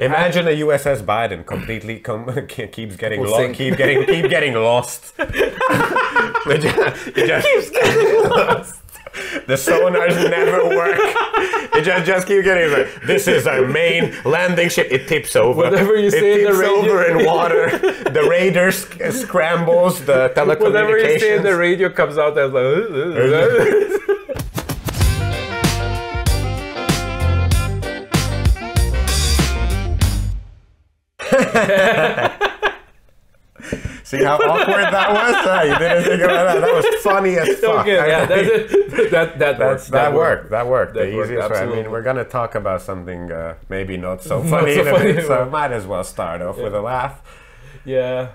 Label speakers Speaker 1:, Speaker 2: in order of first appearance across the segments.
Speaker 1: Imagine a USS Biden completely com- keeps getting
Speaker 2: Will
Speaker 1: lost,
Speaker 2: sink.
Speaker 1: keep getting keep getting lost. It just- it just- the sonars never work. It just just keep getting like this is our main landing ship. It tips over.
Speaker 2: Whatever you
Speaker 1: it
Speaker 2: say in the
Speaker 1: tips
Speaker 2: radio-
Speaker 1: over in water. The radar sc- scrambles the telecommunications.
Speaker 2: Whatever you say in the radio comes out as like. "Uh,
Speaker 1: See how awkward that was? Ah, you didn't think about that. That was funny as fuck.
Speaker 2: okay, yeah, that's it. That that
Speaker 1: That's,
Speaker 2: works.
Speaker 1: that, worked. That worked.
Speaker 2: That
Speaker 1: the
Speaker 2: worked,
Speaker 1: easiest way. I
Speaker 2: absolutely.
Speaker 1: mean, we're gonna talk about something uh, maybe not so
Speaker 2: Not
Speaker 1: funny,
Speaker 2: so
Speaker 1: in a
Speaker 2: funny.
Speaker 1: bit, so might as well start off with a laugh.
Speaker 2: Yeah.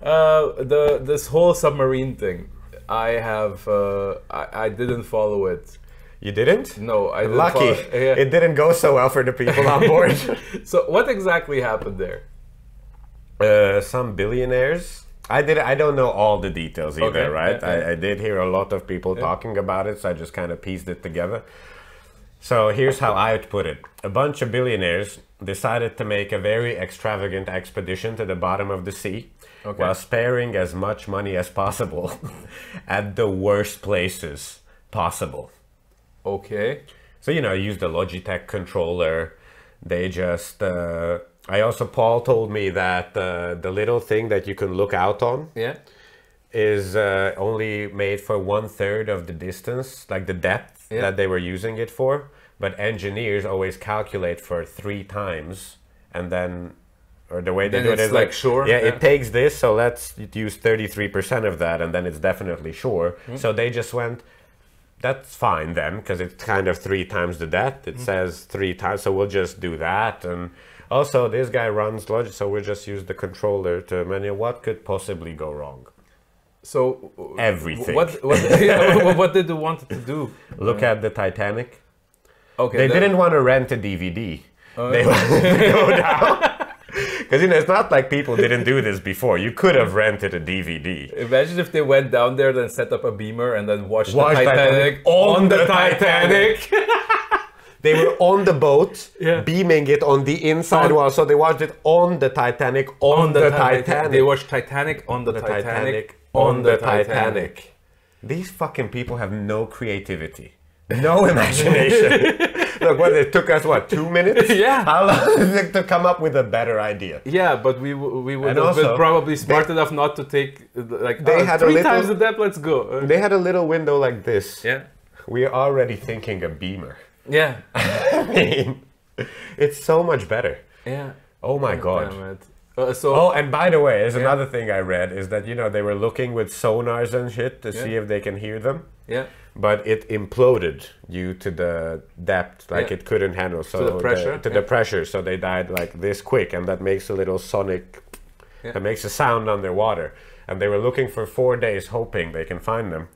Speaker 2: Uh, the this whole submarine thing, I have uh, I, I didn't follow it.
Speaker 1: You didn't?
Speaker 2: No, I didn't
Speaker 1: Lucky.
Speaker 2: follow- yeah.
Speaker 1: It didn't go so well for the people on board.
Speaker 2: So what exactly happened there?
Speaker 1: uh, some billionaires. I did. I don't know all the details either,
Speaker 2: Okay,
Speaker 1: right?
Speaker 2: yeah, yeah.
Speaker 1: I, I did hear a lot of people talking about it, so I just kind of pieced it together. So here's how I would put it: a bunch of billionaires decided to make a very extravagant expedition to the bottom of the sea,
Speaker 2: Okay.
Speaker 1: while sparing as much money as possible at the worst places possible.
Speaker 2: Okay.
Speaker 1: So you know, I used the Logitech controller. They just. Uh, I also Paul told me that uh, the little thing that you can look out on
Speaker 2: Yeah.
Speaker 1: is uh, only made for one third of the distance, like the depth
Speaker 2: Yeah.
Speaker 1: that they were using it for. But engineers always calculate for three times, and then, or the way they
Speaker 2: Then
Speaker 1: do
Speaker 2: it's
Speaker 1: it is
Speaker 2: like sure,
Speaker 1: Yeah,
Speaker 2: yeah.
Speaker 1: it takes this, so let's use thirty three percent of that, and then it's definitely sure.
Speaker 2: Hmm.
Speaker 1: So they just went. That's fine then, because it's kind of three times the depth.
Speaker 2: Hmm.
Speaker 1: It says three times, so we'll just do that. And also, this guy runs logic, so we'll just use the controller to menu. What could possibly go wrong?
Speaker 2: So
Speaker 1: Everything.
Speaker 2: What what, yeah, what what did they wanted to do?
Speaker 1: Look at the Titanic.
Speaker 2: Okay.
Speaker 1: They
Speaker 2: that-
Speaker 1: didn't want to rent a DVD.
Speaker 2: Oh.
Speaker 1: they they go down. Because you know, it's not like people didn't do this before. You could have rented a DVD.
Speaker 2: Imagine if they went down there, then set up a beamer, and then watched
Speaker 1: Watch
Speaker 2: the Titanic,
Speaker 1: Titanic on the They were on the boat,
Speaker 2: Yeah.
Speaker 1: beaming it on the inside
Speaker 2: On-
Speaker 1: wall, so they watched it on the Titanic, on,
Speaker 2: on
Speaker 1: the,
Speaker 2: the
Speaker 1: Titanic,
Speaker 2: Titanic. They watched Titanic on the,
Speaker 1: the
Speaker 2: Titanic,
Speaker 1: Titanic,
Speaker 2: on the Titanic.
Speaker 1: These fucking people have no creativity, no imagination. Look, what it took us what two minutes?
Speaker 2: Yeah.
Speaker 1: how long did it to come up with a better idea?
Speaker 2: Yeah, but we w- we would
Speaker 1: And
Speaker 2: have been
Speaker 1: also,
Speaker 2: probably smart enough not to take uh, like
Speaker 1: They
Speaker 2: uh,
Speaker 1: had a
Speaker 2: three
Speaker 1: little-
Speaker 2: times the depth. Let's go. Uh,
Speaker 1: They had a little window like this.
Speaker 2: yeah,
Speaker 1: We're already thinking a beamer.
Speaker 2: yeah,
Speaker 1: I mean, it's so much better.
Speaker 2: yeah.
Speaker 1: Oh my
Speaker 2: Damn
Speaker 1: god.
Speaker 2: it. Uh, so
Speaker 1: Oh, and by the way, there's another thing I read is that you know they were looking with sonars and shit to see
Speaker 2: Yeah.
Speaker 1: if they can hear them,
Speaker 2: yeah,
Speaker 1: but it imploded due to the depth, like
Speaker 2: Yeah.
Speaker 1: it couldn't handle so
Speaker 2: the pressure,
Speaker 1: to
Speaker 2: yeah.
Speaker 1: the pressure, so they died like this quick, and that makes a little sonic,
Speaker 2: Yeah.
Speaker 1: that makes a sound underwater, and they were looking for four days hoping they can find them.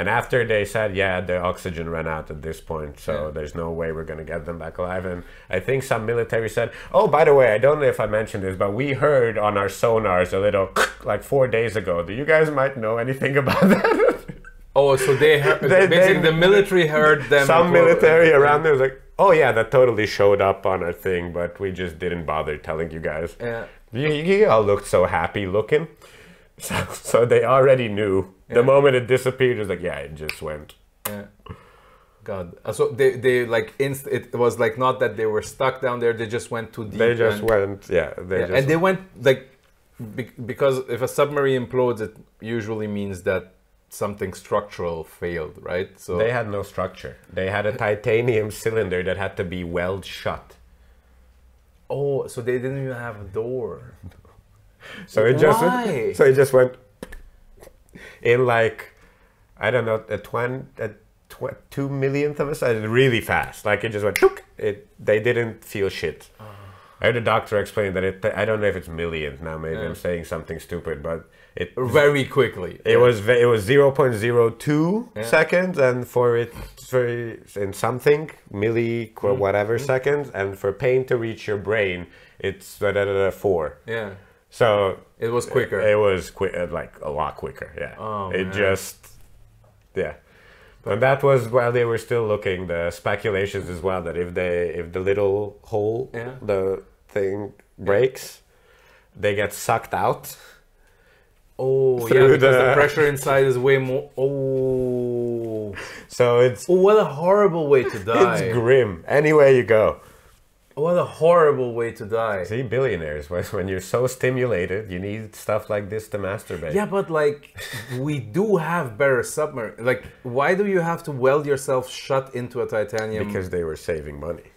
Speaker 1: And after they said, yeah, the oxygen ran out at this point, so
Speaker 2: Yeah.
Speaker 1: there's no way we're going to get them back alive. And I think some military said, oh, by the way, I don't know if I mentioned this, but we heard on our sonars a little like four days ago. Do you guys might know anything about that?
Speaker 2: oh, so they heard,
Speaker 1: They-
Speaker 2: basically
Speaker 1: they-
Speaker 2: the military heard them.
Speaker 1: some
Speaker 2: go-
Speaker 1: military around there was like, oh, yeah, that totally showed up on our thing, but we just didn't bother telling you guys.
Speaker 2: Yeah.
Speaker 1: You, you all looked so happy looking. So, so they already knew. The moment it disappeared, it was like, yeah, it just went.
Speaker 2: Yeah. God, Uh, so they they like inst- it was like not that they were stuck down there. They just went too deep.
Speaker 1: They just
Speaker 2: and-
Speaker 1: went, yeah. They
Speaker 2: Yeah,
Speaker 1: just
Speaker 2: and they went like be- because if a submarine implodes, it usually means that something structural failed, right? So
Speaker 1: They had no structure. They had a titanium cylinder that had to be weld shut.
Speaker 2: oh, so they didn't even have a door.
Speaker 1: So it just
Speaker 2: Why?
Speaker 1: so it just went in like I don't know a twen a tw- two millionth of a second, really fast. Like it just went. chook. It they didn't feel shit. I heard a doctor explain that it. I don't know if it's millionth now. Maybe I'm saying something stupid, but it
Speaker 2: Very quickly.
Speaker 1: It was ve- it was zero point zero two seconds, and for it for in something milli qu- whatever seconds, and for pain to reach your brain, it's da, da, da, da, four.
Speaker 2: Yeah,
Speaker 1: So
Speaker 2: it was quicker.
Speaker 1: it was qui- uh, like a lot quicker. Yeah,
Speaker 2: Oh,
Speaker 1: it
Speaker 2: man.
Speaker 1: just yeah. And that was while they were still looking. The speculations as well that if they if the little hole
Speaker 2: Yeah.
Speaker 1: the thing breaks, they get sucked out.
Speaker 2: Oh, yeah,
Speaker 1: Through
Speaker 2: because the...
Speaker 1: the-
Speaker 2: pressure inside is way more. Oh.
Speaker 1: So it's
Speaker 2: oh, what a horrible way to
Speaker 1: it's
Speaker 2: die!
Speaker 1: grim. Anywhere you go,
Speaker 2: What a horrible way to die!
Speaker 1: see billionaires. When when you're so stimulated, you need stuff like this to masturbate.
Speaker 2: Yeah, but like we do have better submarine. Like, why do you have to weld yourself shut into a titanium?
Speaker 1: Because they were saving money.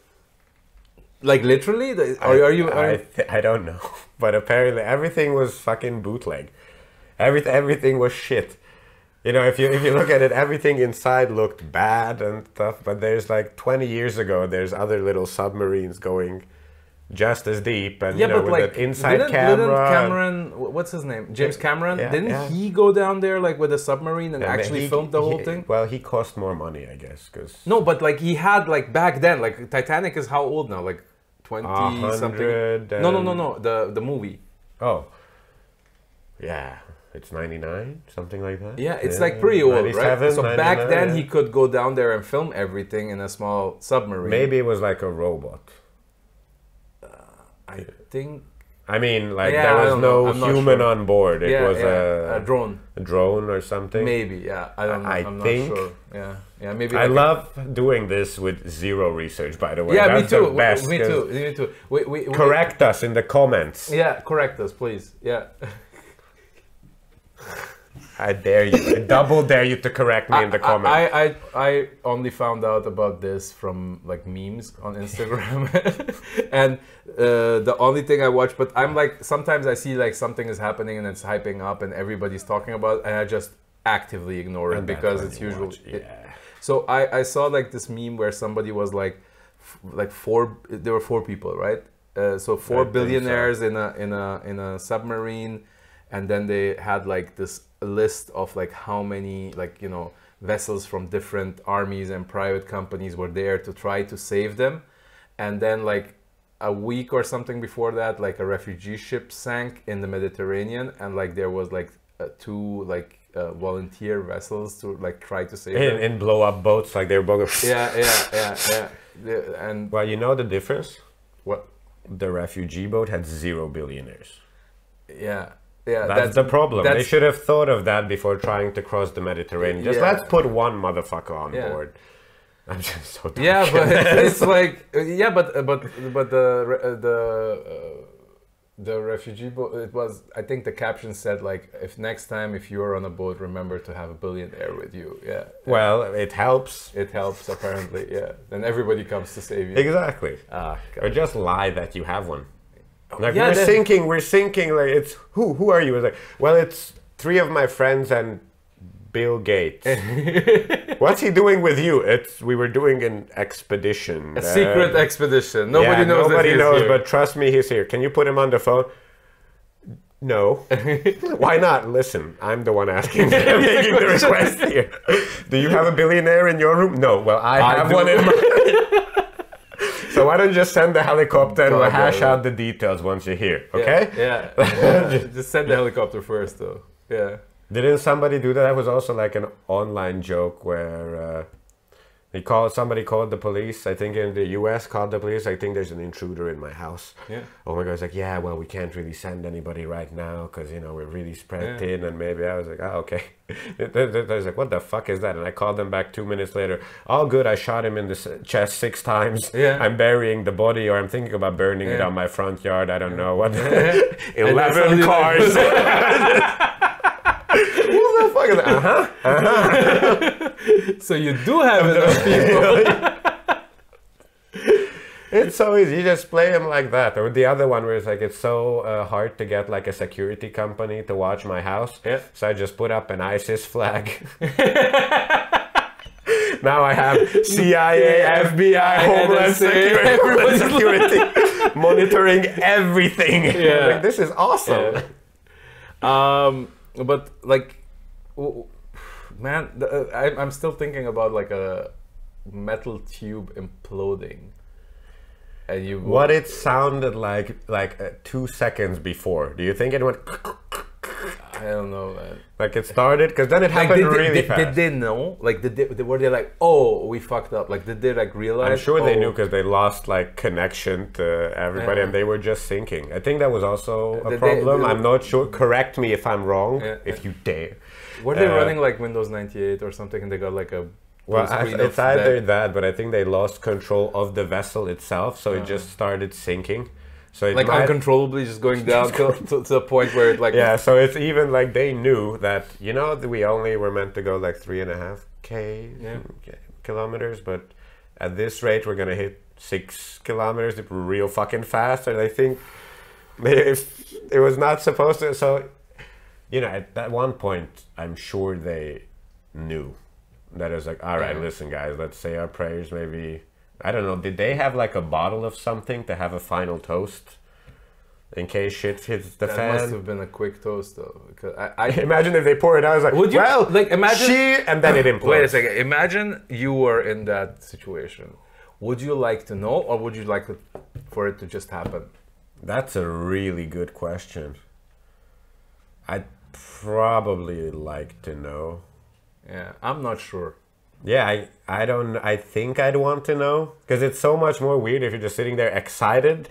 Speaker 2: like literally, The- are, are you? Are,
Speaker 1: I, th- I don't know, but apparently everything was fucking bootleg. Every, everything was shit. You know, if you if you look at it, everything inside looked bad and stuff. But there's like 20 years ago, there's other little submarines going just as deep, and
Speaker 2: yeah,
Speaker 1: you know,
Speaker 2: but
Speaker 1: with
Speaker 2: like
Speaker 1: an inside
Speaker 2: didn't,
Speaker 1: camera.
Speaker 2: didn't
Speaker 1: and-
Speaker 2: Cameron, wh- what's his name? James Cameron.
Speaker 1: yeah,
Speaker 2: didn't
Speaker 1: yeah.
Speaker 2: he go down there like with a submarine and,
Speaker 1: and
Speaker 2: actually
Speaker 1: he-
Speaker 2: filmed the whole
Speaker 1: he-
Speaker 2: thing?
Speaker 1: Well, he cost more money, I guess, because
Speaker 2: No, but like he had like back then, like Titanic is how old now? Like twenty
Speaker 1: A
Speaker 2: something.
Speaker 1: hundred
Speaker 2: No, no, no,
Speaker 1: and-
Speaker 2: no. The the movie.
Speaker 1: oh, yeah, it's 99, something like that.
Speaker 2: Yeah, it's like pretty old, right?
Speaker 1: 97,
Speaker 2: So back
Speaker 1: 99,
Speaker 2: then
Speaker 1: yeah.
Speaker 2: he could go down there and film everything in a small submarine.
Speaker 1: Maybe it was like a robot.
Speaker 2: I think.
Speaker 1: I mean, like
Speaker 2: Yeah,
Speaker 1: there
Speaker 2: I
Speaker 1: was
Speaker 2: don't know.
Speaker 1: no
Speaker 2: I'm not
Speaker 1: human
Speaker 2: sure.
Speaker 1: on board. It
Speaker 2: yeah,
Speaker 1: was
Speaker 2: yeah,
Speaker 1: a,
Speaker 2: a drone.
Speaker 1: drone or something.
Speaker 2: Maybe. Yeah. I don't. know.
Speaker 1: I
Speaker 2: I'm
Speaker 1: think-
Speaker 2: not sure. Yeah. Yeah. Maybe.
Speaker 1: I
Speaker 2: like a-
Speaker 1: love doing this with zero research, by the way.
Speaker 2: Yeah, me
Speaker 1: That's
Speaker 2: too.
Speaker 1: The best,
Speaker 2: me
Speaker 1: 'cause-
Speaker 2: too. Me too. We, we, we-
Speaker 1: Correct us in the comments.
Speaker 2: Yeah, correct us, please. Yeah.
Speaker 1: I dare you. I double dare you to correct me in the comments.
Speaker 2: I, I, I only found out about this from like memes on Instagram, and uh, the only thing I watch. But I'm like sometimes I see like something is happening and it's hyping up and everybody's talking about, it, and I just actively ignore it
Speaker 1: And that's
Speaker 2: because
Speaker 1: when
Speaker 2: it's
Speaker 1: you
Speaker 2: usually.
Speaker 1: watch, yeah.
Speaker 2: So I, I saw like this meme where somebody was like, f- like four. There were four people, right? Uh, so four
Speaker 1: I think so.
Speaker 2: billionaires in a in a in a submarine, and then they had like this list of like how many like you know vessels from different armies and private companies were there to try to save them, and then like a week or something before that, like a refugee ship sank in the Mediterranean, and like there was like uh, two like uh, volunteer vessels to like try to save them
Speaker 1: in, in blow up boats, like they were both.
Speaker 2: yeah, yeah, yeah, yeah. The- And
Speaker 1: Well, you know the difference.
Speaker 2: what?
Speaker 1: The refugee boat had zero billionaires.
Speaker 2: Yeah, yeah.
Speaker 1: That's, the problem. they
Speaker 2: that's-
Speaker 1: should have thought of that before trying to cross the Mediterranean. Just
Speaker 2: Yeah.
Speaker 1: let's put one motherfucker on
Speaker 2: Yeah.
Speaker 1: board. I'm just so dumb.
Speaker 2: Yeah, but it's like yeah, but uh, but but the re- uh, the uh, the refugee boat. It was I think the caption said like if next time if you're on a boat, remember to have a billionaire with you. Yeah,
Speaker 1: Well, it helps.
Speaker 2: it helps apparently. Yeah, then everybody comes to save you.
Speaker 1: Exactly.
Speaker 2: Ah,
Speaker 1: Or just lie that you have one. Like
Speaker 2: yeah,
Speaker 1: we're
Speaker 2: that-
Speaker 1: sinking, we're sinking. Like it's who? Who are you? It's like, well, it's three of my friends and Bill Gates. What's he doing with you? It's we were doing an expedition.
Speaker 2: a secret expedition. Nobody
Speaker 1: yeah,
Speaker 2: knows. that
Speaker 1: Nobody
Speaker 2: he's
Speaker 1: knows,
Speaker 2: here.
Speaker 1: but trust me, he's here. Can you put him on the phone? No. Why not? Listen, I'm the one asking, making the request here. Do you have a billionaire in your room? No. Well, I,
Speaker 2: I
Speaker 1: have
Speaker 2: do.
Speaker 1: one in my. so why don't you just send the helicopter and we'll
Speaker 2: God,
Speaker 1: hash
Speaker 2: yeah.
Speaker 1: out the details once you're here,
Speaker 2: Yeah,
Speaker 1: okay?
Speaker 2: Yeah. yeah. Just send the helicopter first, though. Yeah.
Speaker 1: Didn't somebody do that? That was also like an online joke where uh, they called somebody called the police. I think in the U.S. called the police. I think there's an intruder in my house.
Speaker 2: Yeah.
Speaker 1: Oh my God! It's like yeah. Well, we can't really send anybody right now because you know we're really spread
Speaker 2: Yeah.
Speaker 1: thin. And maybe I was like, oh okay. They- they- they was like, what the fuck is that? And I called them back two minutes later. All good. I shot him in the s- chest six times.
Speaker 2: Yeah.
Speaker 1: I'm burying the body, or I'm thinking about burning it
Speaker 2: Yeah.
Speaker 1: on my front yard. I don't know what.
Speaker 2: And then
Speaker 1: Eleven
Speaker 2: somebody like-
Speaker 1: cars. Who the fuck is that? Uh-huh.
Speaker 2: So you do have enough people.
Speaker 1: It's so easy. You just play him like that. Or the other one where it's like, it's so uh, hard to get like a security company to watch my house.
Speaker 2: Yeah.
Speaker 1: So I just put up an ISIS flag. now I have CIA, FBI, Homeland
Speaker 2: NSA,
Speaker 1: Security, Homeland
Speaker 2: everybody's
Speaker 1: Security monitoring everything.
Speaker 2: Yeah.
Speaker 1: Like, this is awesome.
Speaker 2: Yeah. um, but like, w- w- man, the, uh, I, I'm still thinking about like a metal tube imploding, and you
Speaker 1: What it sounded like like uh, two seconds before. Do you think it went?
Speaker 2: I don't know. Man.
Speaker 1: Like it started because then it
Speaker 2: Like,
Speaker 1: happened
Speaker 2: did,
Speaker 1: really
Speaker 2: did,
Speaker 1: fast.
Speaker 2: did they know? Like, did they, were they like, oh, we fucked up? Like, did they like realize?
Speaker 1: I'm sure they
Speaker 2: oh,
Speaker 1: knew because they lost like connection to everybody,
Speaker 2: Yeah. Uh,
Speaker 1: and they were just sinking. I think that was also a
Speaker 2: They- they-
Speaker 1: problem.
Speaker 2: they-
Speaker 1: I'm not sure. Correct me if I'm wrong,
Speaker 2: Yeah.
Speaker 1: if you dare.
Speaker 2: Were they
Speaker 1: uh,
Speaker 2: running like Windows 98 or something, and they got like a
Speaker 1: Well,
Speaker 2: full
Speaker 1: I,
Speaker 2: screen
Speaker 1: it's
Speaker 2: of that?
Speaker 1: either that. but I think they lost control of the vessel itself, so it just started sinking. So it
Speaker 2: Uh-huh. like
Speaker 1: might-
Speaker 2: uncontrollably just going down to, to, to the point where it like
Speaker 1: yeah. So it's even like they knew that you know th- we only were meant to go like three and a half k
Speaker 2: Yeah.
Speaker 1: k- kilometers, but at this rate we're gonna hit six kilometers real fucking fast, and I think they- if it was not supposed to. So you know, at that one point, I'm sure they knew that it was like, all right,
Speaker 2: Yeah.
Speaker 1: listen, guys, let's say our prayers. Maybe I don't know. Did they have like a bottle of something to have a final toast? In case shit hits the
Speaker 2: that
Speaker 1: fan,
Speaker 2: must have been a quick toast though. Because I, I
Speaker 1: Imagine if they pour it out. It's like,
Speaker 2: Would you-
Speaker 1: well,
Speaker 2: like, imagine-
Speaker 1: she, and then it implodes.
Speaker 2: wait a second. Imagine you were in that situation. Would you like to know, or would you like to, for it to just happen?
Speaker 1: That's a really good question. I'd probably like to know.
Speaker 2: Yeah, I'm not sure.
Speaker 1: Yeah, I, I don't. I think I'd want to know because it's so much more weird if you're just sitting there excited.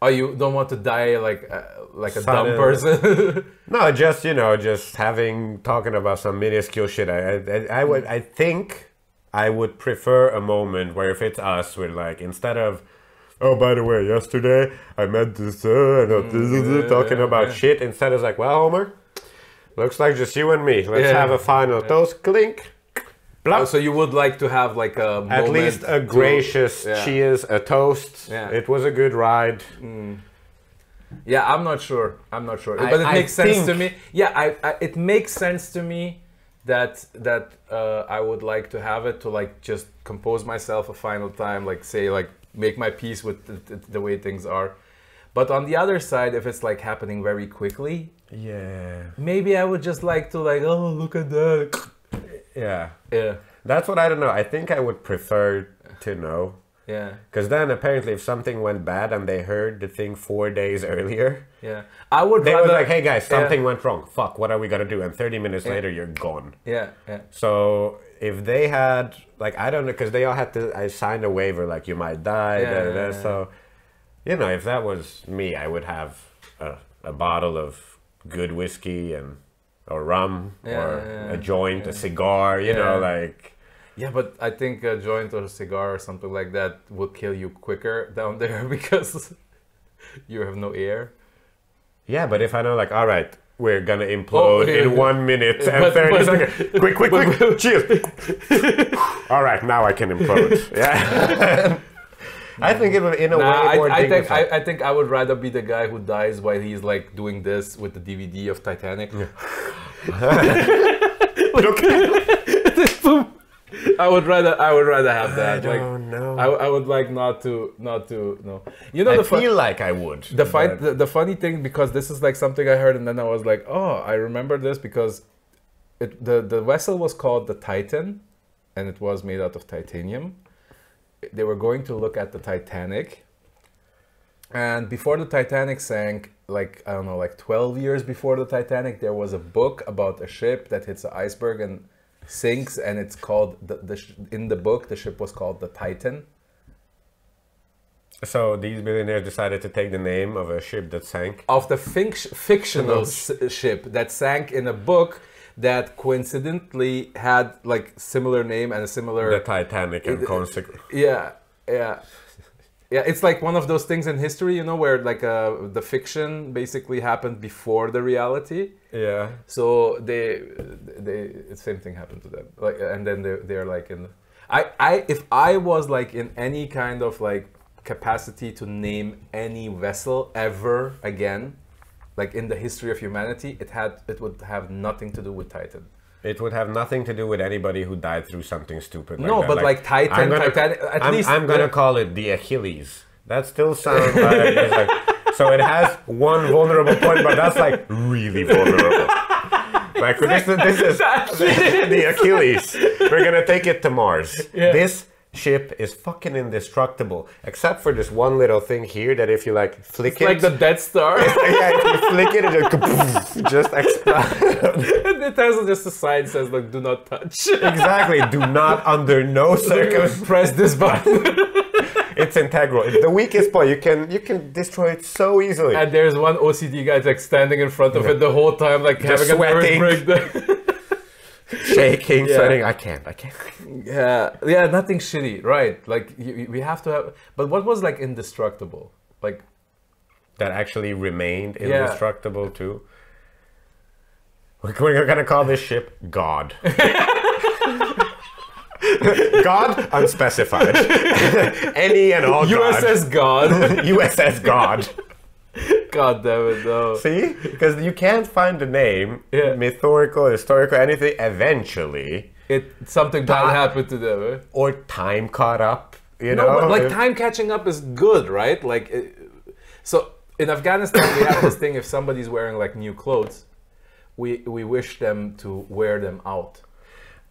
Speaker 2: Oh, you don't want to die like uh, like a dumb
Speaker 1: Sudden-
Speaker 2: person.
Speaker 1: No, just you know, just having talking about some minuscule shit. I, I, I would. I think I would prefer a moment where if it's us, we're like instead of. Oh, by the way, yesterday I met this uh, and uh,
Speaker 2: yeah,
Speaker 1: talking
Speaker 2: Mm, yeah,
Speaker 1: about
Speaker 2: yeah.
Speaker 1: shit. Instead, it's like, well, Homer, looks like just you and me. Let's
Speaker 2: Yeah.
Speaker 1: have a final toast. Clink. Blah.
Speaker 2: so you would like to have like a
Speaker 1: At
Speaker 2: moment
Speaker 1: least a
Speaker 2: to-
Speaker 1: gracious
Speaker 2: yeah.
Speaker 1: cheers, a toast.
Speaker 2: Yeah. Mm.
Speaker 1: It was a good ride.
Speaker 2: Yeah, I'm not sure. I'm not sure,
Speaker 1: I-
Speaker 2: but it
Speaker 1: I
Speaker 2: makes sense to
Speaker 1: think-
Speaker 2: me. Yeah, I, I it makes sense to me that that uh, I would like to have it to like just compose myself a final time, like say like make my peace with the, the, the way things are. But on the other side, if it's like happening very quickly,
Speaker 1: Yeah.
Speaker 2: maybe I would just like to like oh look at that.
Speaker 1: Yeah.
Speaker 2: Yeah,
Speaker 1: That's what I don't know. I think I would prefer to know.
Speaker 2: yeah,
Speaker 1: Because then apparently, if something went bad and they heard the thing four days earlier,
Speaker 2: yeah. I would
Speaker 1: they were
Speaker 2: rather
Speaker 1: like, hey guys,
Speaker 2: yeah,
Speaker 1: something went wrong. Fuck, what are we going to do? And 30 minutes later, you're gone.
Speaker 2: Yeah, yeah,
Speaker 1: So if they had, like, I don't know, because they all had to, I signed a waiver, like, you might die.
Speaker 2: Yeah,
Speaker 1: da, da,
Speaker 2: yeah,
Speaker 1: da.
Speaker 2: yeah.
Speaker 1: So, you know, if that was me, I would have a, a bottle of good whiskey and or rum
Speaker 2: Yeah,
Speaker 1: or
Speaker 2: yeah, yeah.
Speaker 1: a joint, a cigar, you know,
Speaker 2: Yeah.
Speaker 1: like.
Speaker 2: yeah. But I think a joint or a cigar or something like that would kill you quicker down there because you have no air.
Speaker 1: Yeah, but if I know, like, all right, we're gonna implode
Speaker 2: Oh, yeah,
Speaker 1: in
Speaker 2: yeah.
Speaker 1: one minute and
Speaker 2: But-
Speaker 1: thirty
Speaker 2: but-
Speaker 1: seconds. Quick, quick, quick! cheers. all right, now I can implode. Yeah. I think it would, in a
Speaker 2: Nah,
Speaker 1: way, more
Speaker 2: I, I think
Speaker 1: dignified.
Speaker 2: I, I think I would rather be the guy who dies while he's like doing this with the DVD of Titanic. I would rather I would rather have
Speaker 1: I
Speaker 2: that. like
Speaker 1: don't know.
Speaker 2: I, I would like not to not to no. You know
Speaker 1: I
Speaker 2: the fu-
Speaker 1: feel like I would.
Speaker 2: the fight
Speaker 1: but-
Speaker 2: the, the funny thing because this is like something I heard and then I was like oh I remember this because it, the the vessel was called the Titan and it was made out of titanium. They were going to look at the Titanic. And before the Titanic sank, like I don't know, like 12 years before the Titanic, there was a book about a ship that hits an iceberg and sinks, and it's called the, the sh- in the book the ship was called the Titan.
Speaker 1: so these billionaires decided to take the name of a ship that sank.
Speaker 2: of the finc- fictional s- ship that sank in a book that coincidentally had like similar name and a
Speaker 1: The
Speaker 2: similar
Speaker 1: Titanic and consequence.
Speaker 2: yeah yeah yeah it's like one of those things in history you know where like uh, the fiction basically happened before the reality
Speaker 1: Yeah.
Speaker 2: so they they the same thing happened to them like and then they, they're like in I, I if i was like in any kind of like capacity to name any vessel ever again like in the history of humanity it had it would have nothing to do with titan
Speaker 1: It would have nothing to do with anybody who died through something stupid.
Speaker 2: No,
Speaker 1: that.
Speaker 2: but like Titan,
Speaker 1: I'm gonna,
Speaker 2: Titanic, at
Speaker 1: I'm,
Speaker 2: least-
Speaker 1: I'm gonna call it the Achilles. That still sounds like, it's like- so. It has one vulnerable point, but that's like really vulnerable. Like this, is- this is the Achilles. We're gonna take it to Mars. This ship is fucking indestructible, except for this one little thing here that if you like flick
Speaker 2: It's like
Speaker 1: it,
Speaker 2: the Death Star.
Speaker 1: yeah, if you flick it, it just, just explodes.
Speaker 2: it has just a sign that says like "Do not touch."
Speaker 1: exactly. Do not under no circumstances.
Speaker 2: Press this button.
Speaker 1: It's integral. It's the weakest point. You can you can destroy it so easily.
Speaker 2: and there's one OCD guy like standing in front of it the whole time, like
Speaker 1: Just
Speaker 2: having a
Speaker 1: sweating.
Speaker 2: nervous breakdown.
Speaker 1: Shaking,
Speaker 2: Yeah.
Speaker 1: sweating. I can't. I can't.
Speaker 2: Yeah, yeah, nothing shitty, right? Like you, you- we have to have. But what was like indestructible? Like
Speaker 1: That actually remained
Speaker 2: Yeah.
Speaker 1: indestructible too. We're- We're gonna call this ship God. God unspecified. Any and all God.
Speaker 2: USS God.
Speaker 1: USS God.
Speaker 2: God damn it, no.
Speaker 1: See? Because you can't find the name,
Speaker 2: Yeah.
Speaker 1: mythorical, historical, anything, eventually.
Speaker 2: It something bad happened to them. Eh?
Speaker 1: Or time caught up, you
Speaker 2: No,
Speaker 1: know?
Speaker 2: but like
Speaker 1: If-
Speaker 2: time catching up is good, right? Like, it, so in Afghanistan we have this thing: if somebody's wearing like new clothes, we we wish them to wear them out.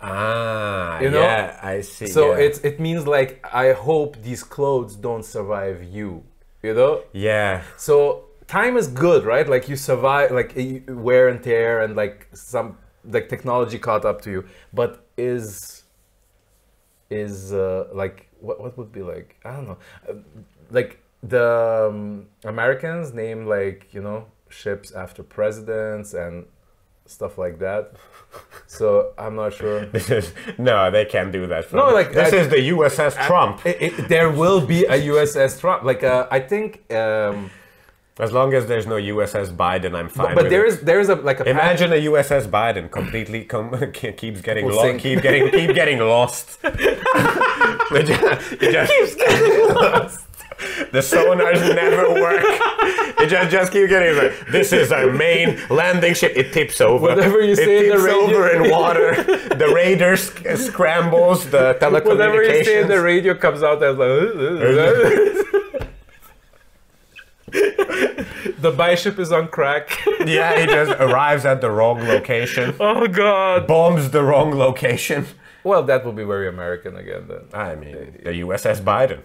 Speaker 1: Ah,
Speaker 2: You know?
Speaker 1: yeah, I see.
Speaker 2: So
Speaker 1: yeah.
Speaker 2: it's it means like I hope these clothes don't survive you. You know,
Speaker 1: Yeah.
Speaker 2: So time is good, right? Like you survive, like you- wear and tear, and like some like technology caught up to you. But is is uh, like what what would be like? I don't know. Uh, Like the um, Americans name like you know ships after presidents and stuff like that. So I'm not sure.
Speaker 1: This is no, they can't do that. For
Speaker 2: No,
Speaker 1: me.
Speaker 2: like,
Speaker 1: this
Speaker 2: I-
Speaker 1: is the USS Trump.
Speaker 2: It, it, there will be a USS Trump. Like uh, I think. Um,
Speaker 1: As long as there's no USS Biden, I'm fine.
Speaker 2: but
Speaker 1: with
Speaker 2: there
Speaker 1: it.
Speaker 2: is there is a like a pattern-
Speaker 1: Imagine a USS Biden completely com- ke- keeps getting
Speaker 2: Will
Speaker 1: lost,
Speaker 2: sink.
Speaker 1: keep getting keep getting lost. It just- it just- The sonars never work. It just just keep getting like this is our main landing ship. It tips over.
Speaker 2: Whatever you
Speaker 1: it
Speaker 2: say in the
Speaker 1: tips
Speaker 2: radio-
Speaker 1: over in water. The radar sc- scrambles the telecommunications.
Speaker 2: Whatever you say in the radio comes out as like. the bishop is on crack.
Speaker 1: yeah, he just arrives at the wrong location.
Speaker 2: oh God.
Speaker 1: Bombs the wrong location.
Speaker 2: Well, that will be very American again then.
Speaker 1: I mean, the USS Biden.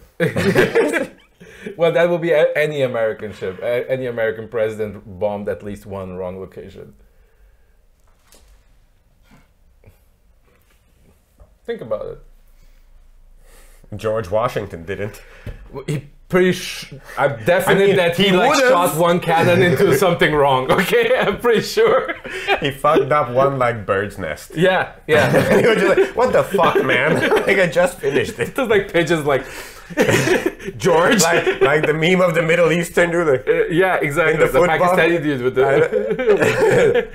Speaker 2: Well, that will be a- any American ship, a- any American president bombed at least one wrong location. Think about it.
Speaker 1: George Washington didn't.
Speaker 2: He pretty. Sh- I'm definite
Speaker 1: mean,
Speaker 2: that he,
Speaker 1: he
Speaker 2: like
Speaker 1: would've.
Speaker 2: shot one cannon into something wrong. Okay, I'm pretty sure.
Speaker 1: He fucked up one like bird's nest.
Speaker 2: Yeah, yeah.
Speaker 1: he was just like, what the fuck, man? like I just finished it.
Speaker 2: Just like pigeons, like George.
Speaker 1: Like, like the meme of the Middle Eastern dude. Like,
Speaker 2: Uh, yeah, exactly.
Speaker 1: In the
Speaker 2: The,
Speaker 1: football?
Speaker 2: Pakistani dude with the.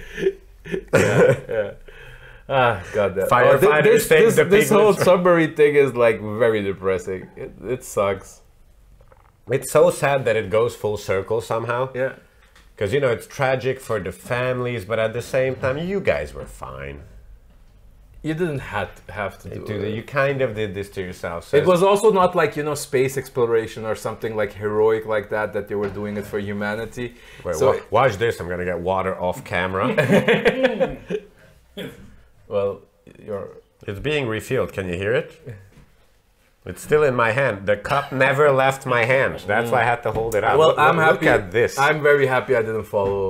Speaker 2: yeah, yeah. Ah, god damn.
Speaker 1: Firefighters
Speaker 2: thi- this,
Speaker 1: take
Speaker 2: this,
Speaker 1: the
Speaker 2: this
Speaker 1: pig
Speaker 2: whole
Speaker 1: with-
Speaker 2: submarine thing is like very depressing. It, it sucks.
Speaker 1: it's so sad that it goes full circle somehow.
Speaker 2: Yeah.
Speaker 1: Because, you know, it's tragic for the families, but at the same time, you guys were fine.
Speaker 2: You didn't have to, have to do
Speaker 1: Dude,
Speaker 2: it.
Speaker 1: you kind of did this to yourself. so
Speaker 2: It was also not like, you know, space exploration or something like heroic like that, that they were doing it for humanity.
Speaker 1: Wait,
Speaker 2: so,
Speaker 1: wa- watch this. I'm gonna get water off camera.
Speaker 2: well, you're.
Speaker 1: it's being refilled. Can you hear it? It's still in my hand. The cup never left my hand. That's why I had to hold it out.
Speaker 2: Well,
Speaker 1: Look-
Speaker 2: I'm
Speaker 1: look
Speaker 2: happy.
Speaker 1: at this.
Speaker 2: I'm very happy I didn't follow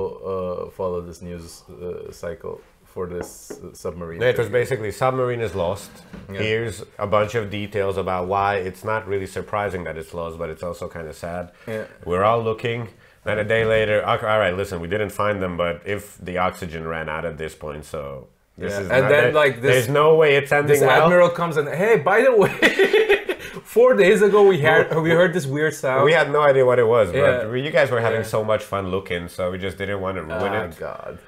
Speaker 2: uh, follow this news uh, cycle for this uh, submarine.
Speaker 1: it was basically submarine is lost. Here's a bunch of details about why it's not really surprising that it's lost, but it's also kind of sad.
Speaker 2: Yeah.
Speaker 1: We're all looking. Then a day later, okay, all right, listen, we didn't find them, but if the oxygen ran out at this point, so this
Speaker 2: Yeah.
Speaker 1: is
Speaker 2: And
Speaker 1: not-
Speaker 2: then,
Speaker 1: there-
Speaker 2: like, this-
Speaker 1: there's no way it's ending
Speaker 2: this
Speaker 1: well.
Speaker 2: admiral comes and hey, by the way, four days ago we heard we heard this weird sound.
Speaker 1: We had no idea what it was, but
Speaker 2: Yeah.
Speaker 1: we, you guys were having
Speaker 2: Yeah.
Speaker 1: so much fun looking, so we just didn't want to
Speaker 2: Ah,
Speaker 1: ruin it.
Speaker 2: God.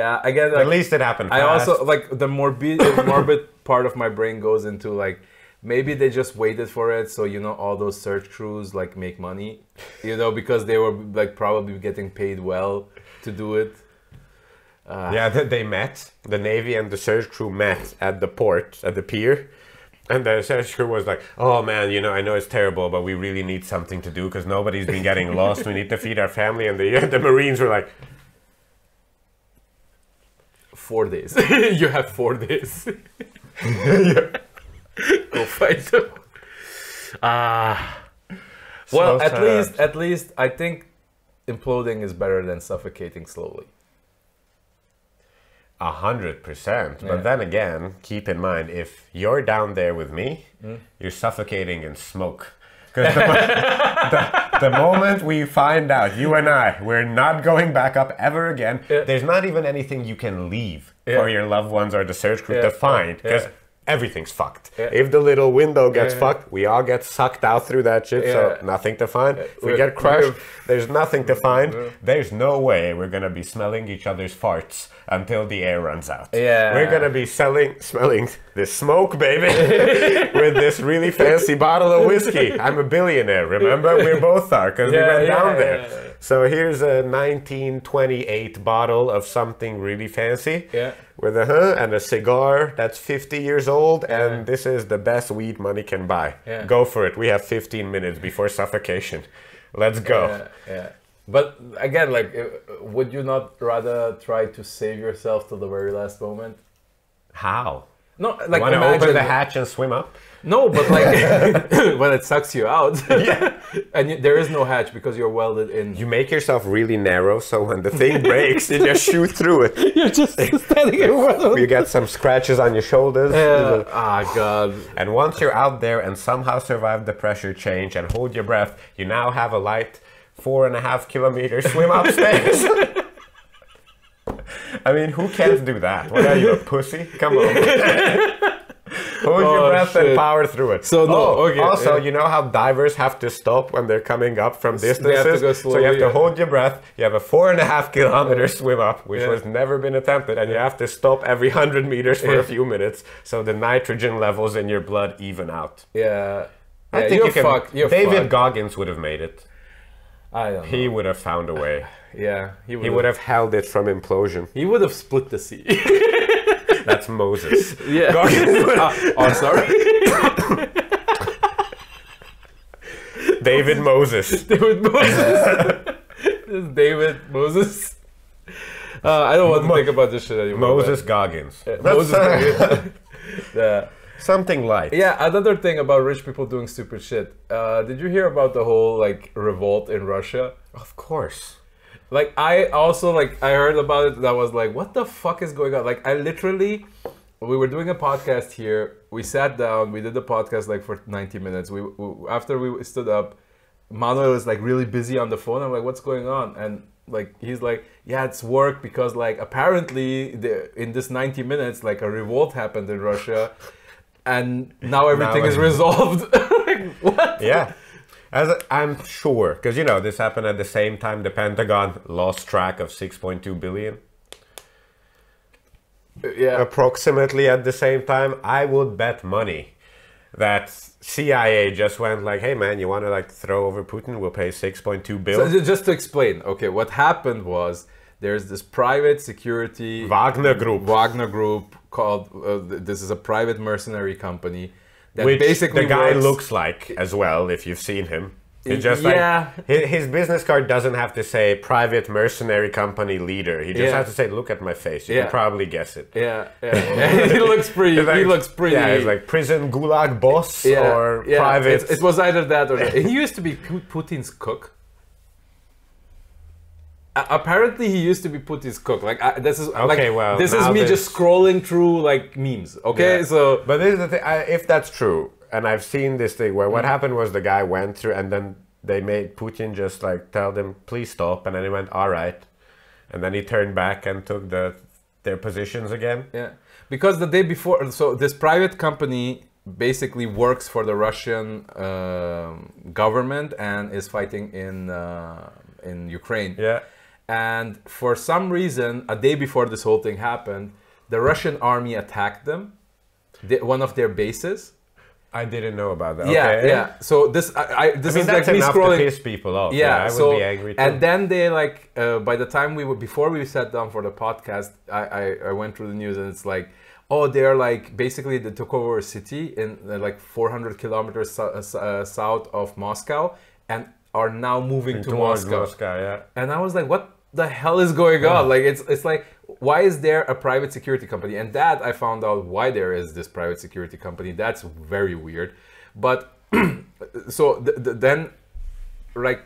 Speaker 2: Yeah, I get
Speaker 1: At
Speaker 2: that.
Speaker 1: least it happened.
Speaker 2: I
Speaker 1: fast.
Speaker 2: also like the morbid morbid part of my brain goes into like maybe they just waited for it so you know all those search crews like make money you know because they were like probably getting paid well to do it
Speaker 1: yeah, they, they met. The navy and the search crew met at the port at the pier. And the search crew was like, "Oh man, you know, I know it's terrible, but we really need something to do because nobody's been getting lost. We need to feed our family." And the the Marines were like,
Speaker 2: four days. you have four days. Go find them. Ah. well,
Speaker 1: So
Speaker 2: at
Speaker 1: sad.
Speaker 2: least, at least, I think imploding is better than suffocating slowly.
Speaker 1: A hundred percent.
Speaker 2: Yeah.
Speaker 1: But then again, keep in mind if you're down there with me,
Speaker 2: Mm.
Speaker 1: you're suffocating in smoke. 'Cause the, mo- the- the moment we find out, you and I, we're not going back up ever again.
Speaker 2: Yeah.
Speaker 1: There's not even anything you can leave
Speaker 2: Yeah.
Speaker 1: for your loved ones or the search group to
Speaker 2: Yeah,
Speaker 1: find
Speaker 2: yeah,
Speaker 1: because
Speaker 2: yeah.
Speaker 1: everything's fucked.
Speaker 2: Yeah.
Speaker 1: If the little window gets
Speaker 2: Yeah, yeah.
Speaker 1: fucked, we all get sucked out through that shit. So
Speaker 2: Yeah.
Speaker 1: nothing to find. If we
Speaker 2: We're-
Speaker 1: get crushed,
Speaker 2: we're-
Speaker 1: there's nothing to find. There's no way we're gonna be smelling each other's farts until the air runs out.
Speaker 2: Yeah.
Speaker 1: We're gonna be selling smelling this smoke, baby. with this really fancy bottle of whiskey. I'm a billionaire, remember? We both are, because we
Speaker 2: Yeah,
Speaker 1: went
Speaker 2: yeah,
Speaker 1: down
Speaker 2: yeah,
Speaker 1: there.
Speaker 2: yeah, yeah.
Speaker 1: So here's a 1928 bottle of something really fancy.
Speaker 2: Yeah.
Speaker 1: With a huh and a cigar that's 50 years old, and this is the best weed money can buy.
Speaker 2: Yeah.
Speaker 1: Go for it. We have 15 minutes before suffocation. Let's go.
Speaker 2: Yeah, yeah. But again, like, uh, would you not rather try to save yourself till the very last moment?
Speaker 1: How?
Speaker 2: No, like
Speaker 1: Want to
Speaker 2: imagine
Speaker 1: open the hatch and swim up?
Speaker 2: No, but like when it sucks you out, and you, there is no hatch because you're welded in.
Speaker 1: You make yourself really narrow, so when the thing breaks, you just shoot through it.
Speaker 2: You're just standing in
Speaker 1: You get some scratches on your shoulders.
Speaker 2: Ah, God.
Speaker 1: And once you're out there and somehow survive the pressure change and hold your breath, you now have a light four and a half kilometer swim upstairs. I mean, who can't do that? What are you, a pussy? Come on. Hold
Speaker 2: Oh,
Speaker 1: your breath and
Speaker 2: shit.
Speaker 1: power through it.
Speaker 2: So, no,
Speaker 1: Oh,
Speaker 2: okay,
Speaker 1: Also,
Speaker 2: yeah.
Speaker 1: you know how divers have to stop when they're coming up from
Speaker 2: have to go
Speaker 1: distances. so
Speaker 2: slowly,
Speaker 1: you have to
Speaker 2: yeah.
Speaker 1: hold your breath. You have a four and a half kilometer swim up, which
Speaker 2: Yeah.
Speaker 1: was never been attempted, and you have to stop every hundred meters for a few minutes so the nitrogen levels in your blood even out.
Speaker 2: Yeah. yeah,
Speaker 1: I think
Speaker 2: you're
Speaker 1: you can.
Speaker 2: fucked. You're
Speaker 1: David
Speaker 2: fucked.
Speaker 1: Goggins would have made it.
Speaker 2: I don't know.
Speaker 1: He would have found a way.
Speaker 2: Yeah, he
Speaker 1: He would
Speaker 2: would.
Speaker 1: have held it from implosion.
Speaker 2: He would have split the sea.
Speaker 1: That's Moses.
Speaker 2: yeah.
Speaker 1: Goggins would-
Speaker 2: Ah, oh, sorry.
Speaker 1: David Moses.
Speaker 2: David Moses. This is David Moses. Uh, I don't want to
Speaker 1: Mo-
Speaker 2: think about this shit anymore.
Speaker 1: Moses Goggins.
Speaker 2: but-
Speaker 1: That's,
Speaker 2: Moses.
Speaker 1: uh,
Speaker 2: yeah.
Speaker 1: something light.
Speaker 2: Yeah, another thing about rich people doing stupid shit. Uh, did you hear about the whole like revolt in Russia?
Speaker 1: Of course.
Speaker 2: Like I also like I heard about it and I was like, what the fuck is going on? Like I literally we were doing a podcast here. We sat down, we did the podcast like for 90 minutes. We, we after we stood up, Manuel was like really busy on the phone. I'm like, what's going on? And like he's like, yeah, it's work because like apparently the, in this 90 minutes like a revolt happened in Russia, and now everything is
Speaker 1: I-
Speaker 2: resolved. like, what?
Speaker 1: Yeah. As i I'm sure, because you know this happened at the same time the Pentagon lost track of 6.2 billion.
Speaker 2: Yeah.
Speaker 1: approximately at the same time, I would bet money that CIA just went like, "Hey man, you want to like throw over Putin? We'll pay 6.2
Speaker 2: So
Speaker 1: billion."
Speaker 2: ju- just to explain, okay, what happened was there's this private security
Speaker 1: Wagner Group,
Speaker 2: Wagner group called. Uh, th- this is a private mercenary company that
Speaker 1: which
Speaker 2: basically
Speaker 1: the guy
Speaker 2: works-
Speaker 1: looks like as well, if you've seen him. He just
Speaker 2: Yeah.
Speaker 1: like his, his business card doesn't have to say private mercenary company leader. He just
Speaker 2: Yeah.
Speaker 1: has to say, "Look at my face." You
Speaker 2: Yeah.
Speaker 1: can probably guess it.
Speaker 2: Yeah, yeah. he looks pretty.
Speaker 1: It's
Speaker 2: he
Speaker 1: like-
Speaker 2: looks pretty.
Speaker 1: Yeah, it's like prison gulag boss
Speaker 2: Yeah,
Speaker 1: or
Speaker 2: yeah,
Speaker 1: private.
Speaker 2: it's- It, was either that or that. he used to be Pu- Putin's cook. A- apparently, he used to be Putin's cook. Like I, this is
Speaker 1: Okay,
Speaker 2: like,
Speaker 1: well,
Speaker 2: this is
Speaker 1: now
Speaker 2: me just
Speaker 1: there's-
Speaker 2: scrolling through like memes. Okay,
Speaker 1: Yeah.
Speaker 2: so
Speaker 1: but this is the thing. I, if that's true, and I've seen this thing where
Speaker 2: Mm-hmm.
Speaker 1: what happened was the guy went through, and then they made Putin just like tell them, "Please stop," and then he went, "All right," and then he turned back and took the their positions again.
Speaker 2: Yeah, because the day before, so this private company basically works for the Russian um government and is fighting in uh, in Ukraine.
Speaker 1: Yeah.
Speaker 2: And for some reason, a day before this whole thing happened, the Russian army attacked them, the, one of their bases.
Speaker 1: I didn't know about that.
Speaker 2: Yeah,
Speaker 1: okay.
Speaker 2: yeah. So this, I, I this
Speaker 1: I mean,
Speaker 2: is like
Speaker 1: that's
Speaker 2: me
Speaker 1: enough
Speaker 2: scrolling.
Speaker 1: to piss people off.
Speaker 2: Yeah,
Speaker 1: I would
Speaker 2: so,
Speaker 1: be angry too.
Speaker 2: And then they like uh, by the time we were before we sat down for the podcast, I, I I went through the news and it's like, oh, they're like basically they took over a city in uh, like 400 kilometers so, uh, so- uh, south of Moscow and are now moving to
Speaker 1: towards
Speaker 2: Moscow.
Speaker 1: Moscow, yeah.
Speaker 2: And I was like, what the hell is going on? Like it's it's like why is there a private security company? And that I found out why there is this private security company. That's very weird. But so th- th- then like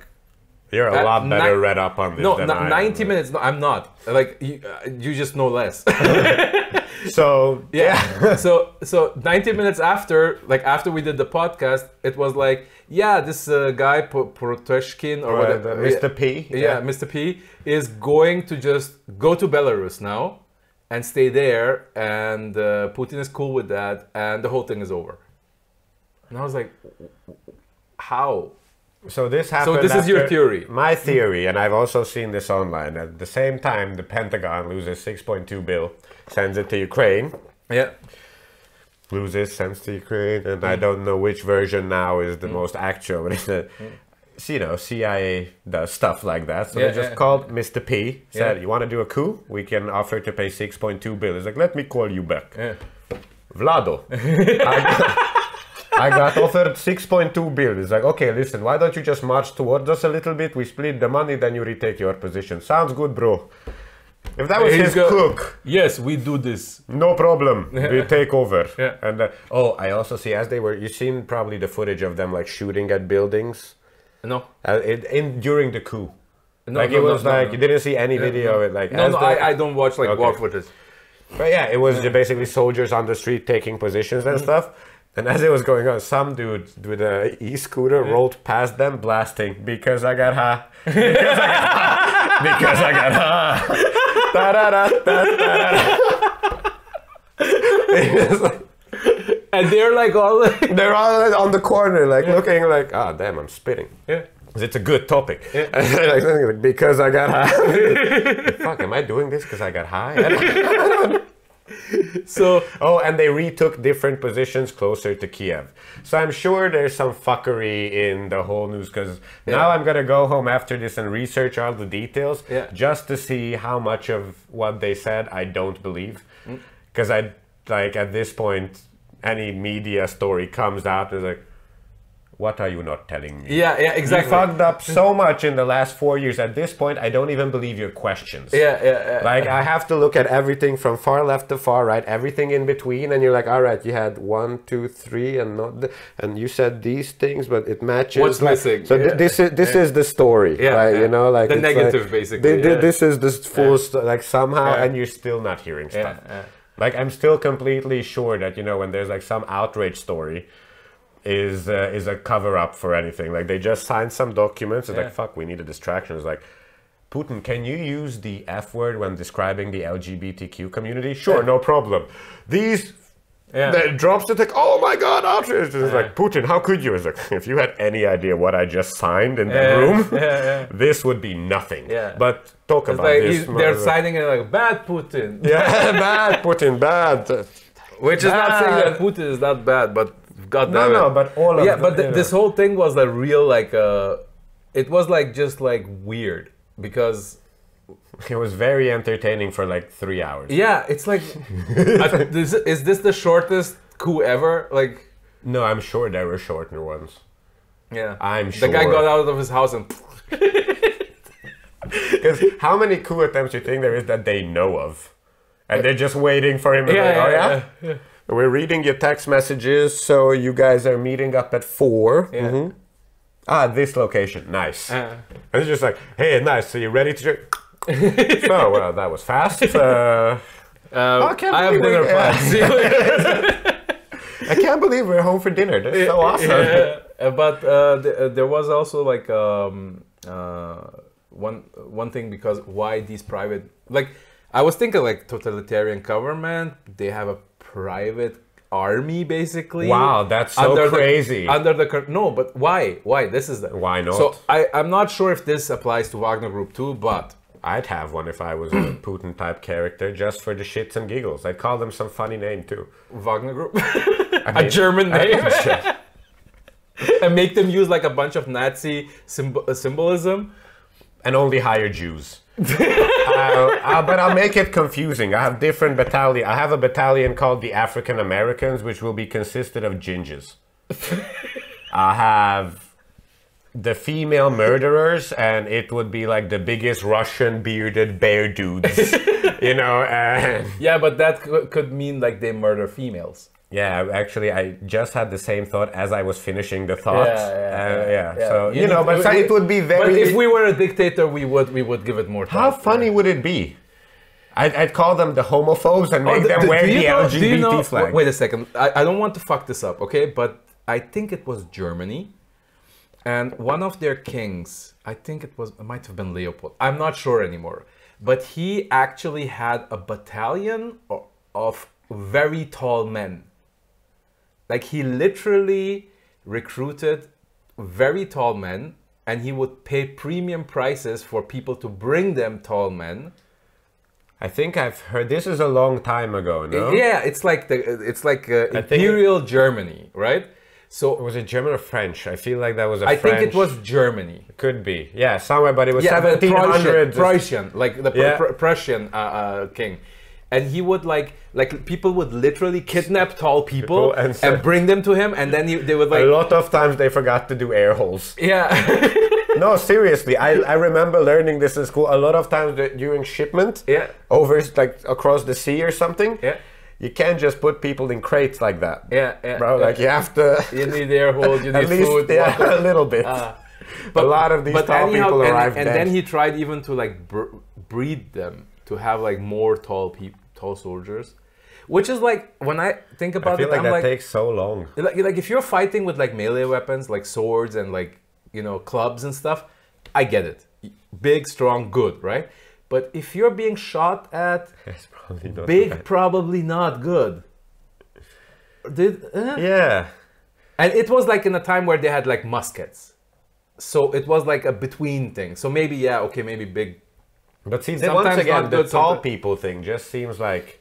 Speaker 1: You're a
Speaker 2: That
Speaker 1: lot better
Speaker 2: ni-
Speaker 1: read up on this
Speaker 2: no,
Speaker 1: than I
Speaker 2: n-
Speaker 1: am.
Speaker 2: 90 minutes no, I'm not. Like you, uh, you just know less.
Speaker 1: So
Speaker 2: Yeah. so so 90 minutes after, like after we did the podcast, it was like, yeah, this uh, guy P- Proteshkin or
Speaker 1: uh, the
Speaker 2: whatever,
Speaker 1: Mr. P.
Speaker 2: Yeah, Mr. P is going to just go to Belarus now and stay there, and uh, Putin is cool with that, and the whole thing is over. And I was like, w- w- how?
Speaker 1: So this happened.
Speaker 2: this is your
Speaker 1: after-
Speaker 2: theory.
Speaker 1: My theory, and I've also seen this online. At the same time, the Pentagon loses 6.2 bill, sends it to Ukraine,
Speaker 2: Yeah.
Speaker 1: loses, sends to Ukraine, and
Speaker 2: Mm.
Speaker 1: I don't know which version now is the most actual. But it's a,
Speaker 2: Mm.
Speaker 1: so, you know, CIA does stuff like that. So
Speaker 2: Yeah,
Speaker 1: they just
Speaker 2: yeah.
Speaker 1: called Mr. P, said,
Speaker 2: Yeah.
Speaker 1: "You want to do a coup? We can offer to pay 6.2 bill." He's like, "Let me call you back."
Speaker 2: yeah.
Speaker 1: Vlado, I got, I got offered 6.2 bill. It's like, okay, listen, why don't you just march towards us a little bit? We split the money, then you retake your position. Sounds good, bro. If that was
Speaker 2: He's
Speaker 1: his
Speaker 2: go-
Speaker 1: cook,
Speaker 2: Yes, we do this.
Speaker 1: no problem. We take over.
Speaker 2: Yeah.
Speaker 1: And uh, oh, I also see as they were, you seen probably the footage of them like shooting at buildings
Speaker 2: No.
Speaker 1: uh, it, in during the coup.
Speaker 2: No,
Speaker 1: like
Speaker 2: no,
Speaker 1: it
Speaker 2: no,
Speaker 1: was
Speaker 2: no,
Speaker 1: like
Speaker 2: no.
Speaker 1: you didn't see any video of it. Like
Speaker 2: No,
Speaker 1: as
Speaker 2: no,
Speaker 1: the-
Speaker 2: I, I don't watch like
Speaker 1: Okay.
Speaker 2: war footage.
Speaker 1: But yeah, it was basically soldiers on the street taking positions and stuff. And as it was going on, some dude with a e-scooter rolled past them, blasting "Because I got high, because I got high, because I got high." Da-da-da, da-da-da.
Speaker 2: And they're like all.
Speaker 1: They're all on the corner, like looking like, "Ah, damn, I'm spitting."
Speaker 2: yeah.
Speaker 1: 'Cause It's a good topic. Like, because I got high. Fuck, am I doing this because I got high? I don't-
Speaker 2: So
Speaker 1: Oh, and they retook different positions closer to Kiev. So I'm sure there's some fuckery in the whole news because now I'm gonna go home after this and research all the details
Speaker 2: Yeah.
Speaker 1: just to see how much of what they said I don't believe.
Speaker 2: Mm.
Speaker 1: Because I like at this point, any media story comes out and it's like, what are you not telling me?
Speaker 2: yeah, yeah,
Speaker 1: You
Speaker 2: exactly.
Speaker 1: fucked up so much in the last four years. At this point, I don't even believe your questions.
Speaker 2: Yeah, yeah, yeah.
Speaker 1: Like I have to look at everything from far left to far right, everything in between, and you're like, all right, you had one, two, three, and not, th- and you said these things, but it matches.
Speaker 2: What's
Speaker 1: like-
Speaker 2: missing?
Speaker 1: So th-
Speaker 2: Yeah.
Speaker 1: this is this is the story,
Speaker 2: Yeah,
Speaker 1: right?
Speaker 2: yeah.
Speaker 1: You know, like
Speaker 2: The
Speaker 1: it's like-
Speaker 2: negative, basically,
Speaker 1: thi- thi-
Speaker 2: yeah.
Speaker 1: This is the s- full, sto- like somehow,
Speaker 2: Yeah.
Speaker 1: and you're still not hearing
Speaker 2: Yeah,
Speaker 1: stuff.
Speaker 2: yeah.
Speaker 1: Like I'm still completely sure that you know when there's like some outrage story. Is uh, is a cover up for anything? Like they just signed some documents. It's
Speaker 2: Yeah.
Speaker 1: like fuck, we need a distraction. It's like, Putin, can you use the F word when describing the LGBTQ community? Sure, no problem. These
Speaker 2: Yeah.
Speaker 1: the drops it like, oh my god, outrage! It's like Putin, how could you? It's like if you had any idea what I just signed in that
Speaker 2: Yeah,
Speaker 1: room,
Speaker 2: yeah, yeah.
Speaker 1: this would be nothing.
Speaker 2: Yeah.
Speaker 1: But talk
Speaker 2: It's
Speaker 1: about
Speaker 2: like
Speaker 1: this.
Speaker 2: he's, they're
Speaker 1: mother-
Speaker 2: signing it like bad Putin.
Speaker 1: yeah, bad Putin, bad.
Speaker 2: Which is not saying
Speaker 1: Bad.
Speaker 2: that Putin is not bad, but God
Speaker 1: No,
Speaker 2: damn it.
Speaker 1: no, but all of
Speaker 2: yeah,
Speaker 1: the-
Speaker 2: but th-
Speaker 1: yeah.
Speaker 2: this whole thing was a real like uh, it was like just like weird because
Speaker 1: It was very entertaining for like three hours.
Speaker 2: yeah, it's like I- this, is this the shortest coup ever? Like
Speaker 1: No, I'm sure there were shorter ones.
Speaker 2: yeah,
Speaker 1: I'm
Speaker 2: the guy
Speaker 1: sure.
Speaker 2: got out of his house and
Speaker 1: Because how many coup attempts you think there is that they know of? And they're just waiting for him. to
Speaker 2: Yeah,
Speaker 1: like, oh,
Speaker 2: yeah,
Speaker 1: yeah? We're reading your text messages, so you guys are meeting up at 4
Speaker 2: yeah.
Speaker 1: Mhm. Ah, this location. Nice.
Speaker 2: Uh.
Speaker 1: And it's just like, hey, nice. So you ready to. so, well, that was fast. Uh,
Speaker 2: Uh,
Speaker 1: I can't
Speaker 2: I have
Speaker 1: believe
Speaker 2: dinner
Speaker 1: it. Yeah.
Speaker 2: plans. See you later.
Speaker 1: I can't believe we're home for dinner. That's so awesome.
Speaker 2: Yeah. Uh, But uh, th- uh, there was also like um, uh, one one thing because why these private like I was thinking like totalitarian government they have a private army basically.
Speaker 1: Wow, that's so
Speaker 2: the-
Speaker 1: crazy.
Speaker 2: under the cur- no, but why? Why this is the
Speaker 1: Why not?
Speaker 2: So I I'm not sure if this applies to Wagner Group too, but
Speaker 1: I'd have one if I was a Putin type character just for the shits and giggles. I'd call them some funny name, too.
Speaker 2: Wagner Group, a
Speaker 1: mean-
Speaker 2: German name. and make them use like a bunch of Nazi symb- symbolism.
Speaker 1: and only hire Jews. I'll- I'll- but I'll make it confusing. I have different battalion. I have a battalion called the African Americans, which will be consisted of gingers. I have the female murderers, and it would be like the biggest Russian bearded bear dudes, you know. And
Speaker 2: Yeah, but that cou- could mean like they murder females.
Speaker 1: yeah, actually, I just had the same thought as I was finishing the thought.
Speaker 2: Yeah, yeah,
Speaker 1: Uh,
Speaker 2: yeah, yeah.
Speaker 1: So
Speaker 2: You
Speaker 1: you, know,
Speaker 2: need-
Speaker 1: but
Speaker 2: we-
Speaker 1: so
Speaker 2: we-
Speaker 1: it would be very.
Speaker 2: But if we were a dictator, we would we would give it more time.
Speaker 1: How funny would it be? I'd, I'd call them the homophobes and make
Speaker 2: Oh,
Speaker 1: them
Speaker 2: do-
Speaker 1: wear
Speaker 2: do you
Speaker 1: the
Speaker 2: know- do
Speaker 1: LGBT
Speaker 2: you know-
Speaker 1: flag.
Speaker 2: Wait a second. I, I don't want to fuck this up, okay? But I think it was Germany. And one of their kings, I think it was, it might have been Leopold. I'm not sure anymore. But he actually had a battalion o- of very tall men. Like he literally recruited very tall men and he would pay premium prices for people to bring them tall men.
Speaker 1: I think I've heard this is a long time ago. No,
Speaker 2: Yeah, it's like the it's like uh,
Speaker 1: think
Speaker 2: imperial Germany, right? So
Speaker 1: was it German or French? I feel like that was a
Speaker 2: I
Speaker 1: French.
Speaker 2: think it was Germany.
Speaker 1: could be yeah somewhere, but it was
Speaker 2: Yeah, the
Speaker 1: seventeen
Speaker 2: Prussian,
Speaker 1: hundred.
Speaker 2: Prussian, like the Pr-
Speaker 1: Yeah.
Speaker 2: Pr- Prussian uh, uh, king, and he would like like people would literally kidnap tall people
Speaker 1: People and
Speaker 2: and,
Speaker 1: so-
Speaker 2: bring them to him, and then he, they would
Speaker 1: A
Speaker 2: like
Speaker 1: lot of times they forgot to do air holes.
Speaker 2: yeah
Speaker 1: No, seriously, I, I remember learning this in school. A lot of times that during shipment,
Speaker 2: Yeah.
Speaker 1: over like across the sea or something,
Speaker 2: Yeah.
Speaker 1: you can't just put people in crates like that.
Speaker 2: yeah yeah
Speaker 1: bro, like you have to
Speaker 2: you need air hold, you need
Speaker 1: at least
Speaker 2: food,
Speaker 1: yeah,
Speaker 2: water. Ah.
Speaker 1: a little bit. a lot of these
Speaker 2: but
Speaker 1: tall
Speaker 2: anyhow,
Speaker 1: people
Speaker 2: and,
Speaker 1: arrived
Speaker 2: and
Speaker 1: dead.
Speaker 2: then he tried even to like br- breed them to have like more tall people, tall soldiers, which is like when I think about
Speaker 1: I feel
Speaker 2: it,
Speaker 1: like
Speaker 2: I'm
Speaker 1: that
Speaker 2: like,
Speaker 1: takes so long.
Speaker 2: like like if you're fighting with like melee weapons, like swords and like you know clubs and stuff, I get it. Big, strong, good, right? But if you're being shot at,
Speaker 1: It's probably not
Speaker 2: big,
Speaker 1: bad.
Speaker 2: probably not good. Did eh?
Speaker 1: Yeah.
Speaker 2: And it was like in a time where they had like muskets. So it was like a between thing. So maybe, yeah, okay, maybe big.
Speaker 1: But see,
Speaker 2: Sometimes
Speaker 1: once again,
Speaker 2: not
Speaker 1: the
Speaker 2: good,
Speaker 1: tall
Speaker 2: sometimes-
Speaker 1: people thing just seems like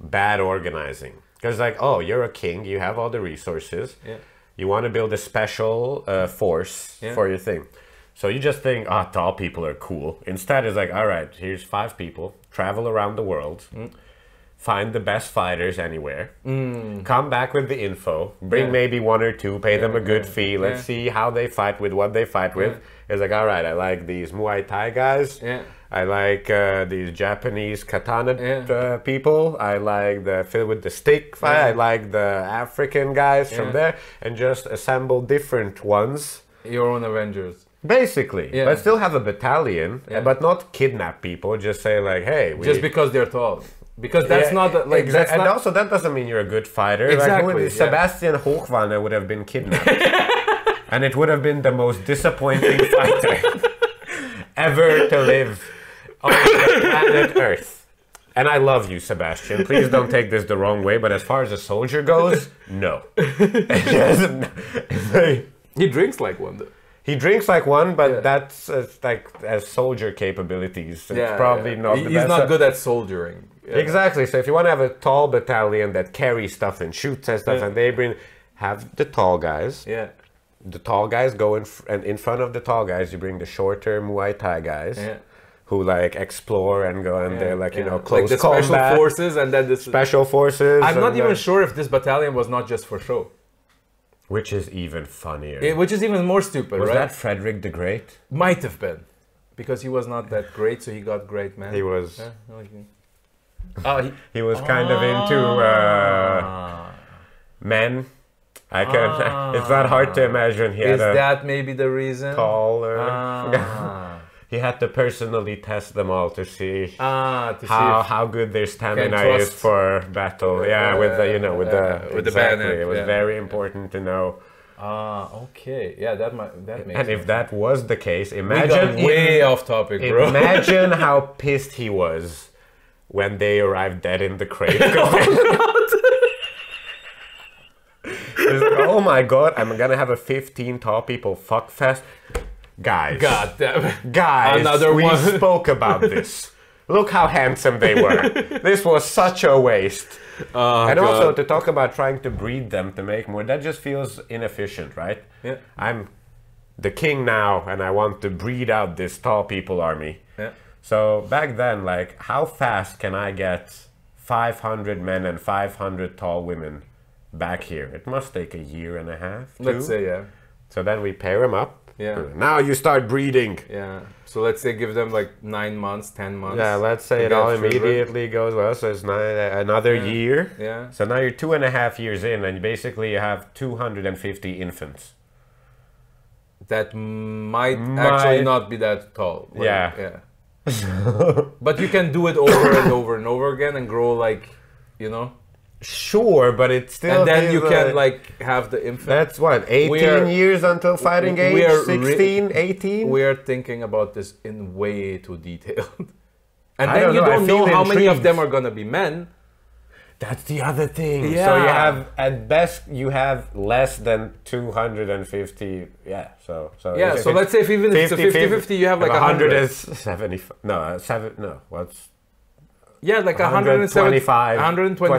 Speaker 1: bad organizing. Because, like, oh, you're a king, you have all the resources,
Speaker 2: Yeah.
Speaker 1: you want to build a special uh, force
Speaker 2: Yeah.
Speaker 1: for your thing. So you just think, ah, tall people are cool. Instead, it's like, all right, here's five people, travel around the world,
Speaker 2: Mm.
Speaker 1: find the best fighters anywhere, come back with the info, bring
Speaker 2: Mm. Yeah.
Speaker 1: maybe one or two, pay them a good fee, let's
Speaker 2: Yeah.
Speaker 1: see how they fight with what they fight with. It's like, all right, I like these Muay Thai guys.
Speaker 2: Yeah.
Speaker 1: I like uh, these Japanese katana
Speaker 2: Yeah.
Speaker 1: uh, people. I like the fill with the stick fight. I like the African guys
Speaker 2: Yeah.
Speaker 1: from there, and just assemble different ones,
Speaker 2: Your own Avengers.
Speaker 1: basically.
Speaker 2: Yeah.
Speaker 1: But still have a battalion,
Speaker 2: Yeah.
Speaker 1: but not kidnap people. Just say like, hey, we,
Speaker 2: Just because they're tall. Because that's
Speaker 1: Yeah,
Speaker 2: not like
Speaker 1: exa-
Speaker 2: that's
Speaker 1: and
Speaker 2: not.
Speaker 1: also that doesn't mean you're a good fighter. like, who-
Speaker 2: Exactly, yeah.
Speaker 1: Sebastian Hochwanner would have been kidnapped, and it would have been the most disappointing fighter ever to live on the planet Earth. And I love you, Sebastian. Please don't take this the wrong way, but as far as a soldier goes, no. Yes.
Speaker 2: he drinks like one. Though.
Speaker 1: he drinks like one, but
Speaker 2: Yeah.
Speaker 1: that's uh, like as soldier capabilities. It's
Speaker 2: Yeah,
Speaker 1: probably
Speaker 2: yeah.
Speaker 1: not.
Speaker 2: He-
Speaker 1: the
Speaker 2: He's
Speaker 1: best.
Speaker 2: not
Speaker 1: So-
Speaker 2: good at soldiering. Yeah.
Speaker 1: Exactly. So if you want to have a tall battalion that carries stuff and shoots and stuff,
Speaker 2: Yeah.
Speaker 1: and they bring, have the tall guys.
Speaker 2: Yeah.
Speaker 1: The tall guys go in, fr- and in front of the tall guys, you bring the shorter Muay Thai guys,
Speaker 2: Yeah.
Speaker 1: who like explore and go, and they're like you
Speaker 2: yeah.
Speaker 1: know close
Speaker 2: the
Speaker 1: combat,
Speaker 2: special
Speaker 1: special,
Speaker 2: forces, and then this.
Speaker 1: forces.
Speaker 2: I'm not
Speaker 1: and,
Speaker 2: even
Speaker 1: uh,
Speaker 2: sure if this battalion was not just for show,
Speaker 1: Which is even funnier.
Speaker 2: It- which is even more stupid,
Speaker 1: was
Speaker 2: right?
Speaker 1: that Frederick the Great?
Speaker 2: Might have been, because he was not that great, so he got great man.
Speaker 1: He was.
Speaker 2: Yeah, okay. Oh, he,
Speaker 1: He was kind of into uh,
Speaker 2: Ah.
Speaker 1: men. I can. it's not hard to imagine. He
Speaker 2: Ah. Is
Speaker 1: had a
Speaker 2: that maybe the reason?
Speaker 1: taller.
Speaker 2: Ah,
Speaker 1: He had to personally test them all to see
Speaker 2: ah to
Speaker 1: how,
Speaker 2: see
Speaker 1: how good their stamina
Speaker 2: Can trust.
Speaker 1: is for battle. Yeah, with the you know with the
Speaker 2: Uh, with the
Speaker 1: exactly.
Speaker 2: bayonet,
Speaker 1: It was
Speaker 2: yeah.
Speaker 1: very important to know.
Speaker 2: if, ah, okay, yeah, that might that makes.
Speaker 1: And if that was the case,
Speaker 2: sense. We got
Speaker 1: imagine
Speaker 2: way off topic, bro.
Speaker 1: imagine how pissed he was when they arrived dead in the crate. He's
Speaker 2: Oh,
Speaker 1: like, oh my god, I'm gonna have a 15 tall people fuck fest. Guys.
Speaker 2: God damn. it.
Speaker 1: Guys,
Speaker 2: Another
Speaker 1: we
Speaker 2: one.
Speaker 1: spoke about this. Look how handsome they were. this was such a waste.
Speaker 2: Oh,
Speaker 1: and also to talk about trying to breed them to make more, that just feels inefficient, right?
Speaker 2: Yeah.
Speaker 1: I'm the king now, and I want to breed out this tall people army.
Speaker 2: Yeah.
Speaker 1: So back then, like, how fast can I get 500 men and 500 tall women back here? It must take a year and a half.
Speaker 2: Let's
Speaker 1: two.
Speaker 2: say yeah.
Speaker 1: So then we pair them up.
Speaker 2: Yeah.
Speaker 1: Now you start breeding.
Speaker 2: Yeah. So let's say give them like nine months, ten months.
Speaker 1: Yeah, let's say
Speaker 2: to
Speaker 1: it
Speaker 2: get
Speaker 1: all
Speaker 2: children.
Speaker 1: immediately goes well. So it's nine, another
Speaker 2: Yeah.
Speaker 1: year.
Speaker 2: Yeah.
Speaker 1: So now you're two and a half years in, and basically you have 250 infants.
Speaker 2: That might,
Speaker 1: Might-
Speaker 2: actually not be that tall. Well,
Speaker 1: Yeah.
Speaker 2: Yeah. but you can do it over and over and over again and grow like, you know.
Speaker 1: Sure, but it's still.
Speaker 2: And then
Speaker 1: is
Speaker 2: you
Speaker 1: a-
Speaker 2: can like have the infant.
Speaker 1: That's what, 18
Speaker 2: are-
Speaker 1: years until fighting
Speaker 2: we
Speaker 1: age?
Speaker 2: are re-
Speaker 1: 16, 18?
Speaker 2: We are thinking about this in way too detailed. And
Speaker 1: I
Speaker 2: then
Speaker 1: don't
Speaker 2: you
Speaker 1: know, I
Speaker 2: don't know
Speaker 1: feel
Speaker 2: how many of
Speaker 1: intrigued.
Speaker 2: them are gonna be men.
Speaker 1: That's the other thing. So you
Speaker 2: Yeah.
Speaker 1: have, at best, you have less than 250. Yeah, so. so
Speaker 2: Yeah,
Speaker 1: if
Speaker 2: so
Speaker 1: it-
Speaker 2: let's say if even if it's a 50-50, you have like 100.
Speaker 1: 175. No, uh, seven, no, what's.
Speaker 2: Yeah, like
Speaker 1: 125,
Speaker 2: 125,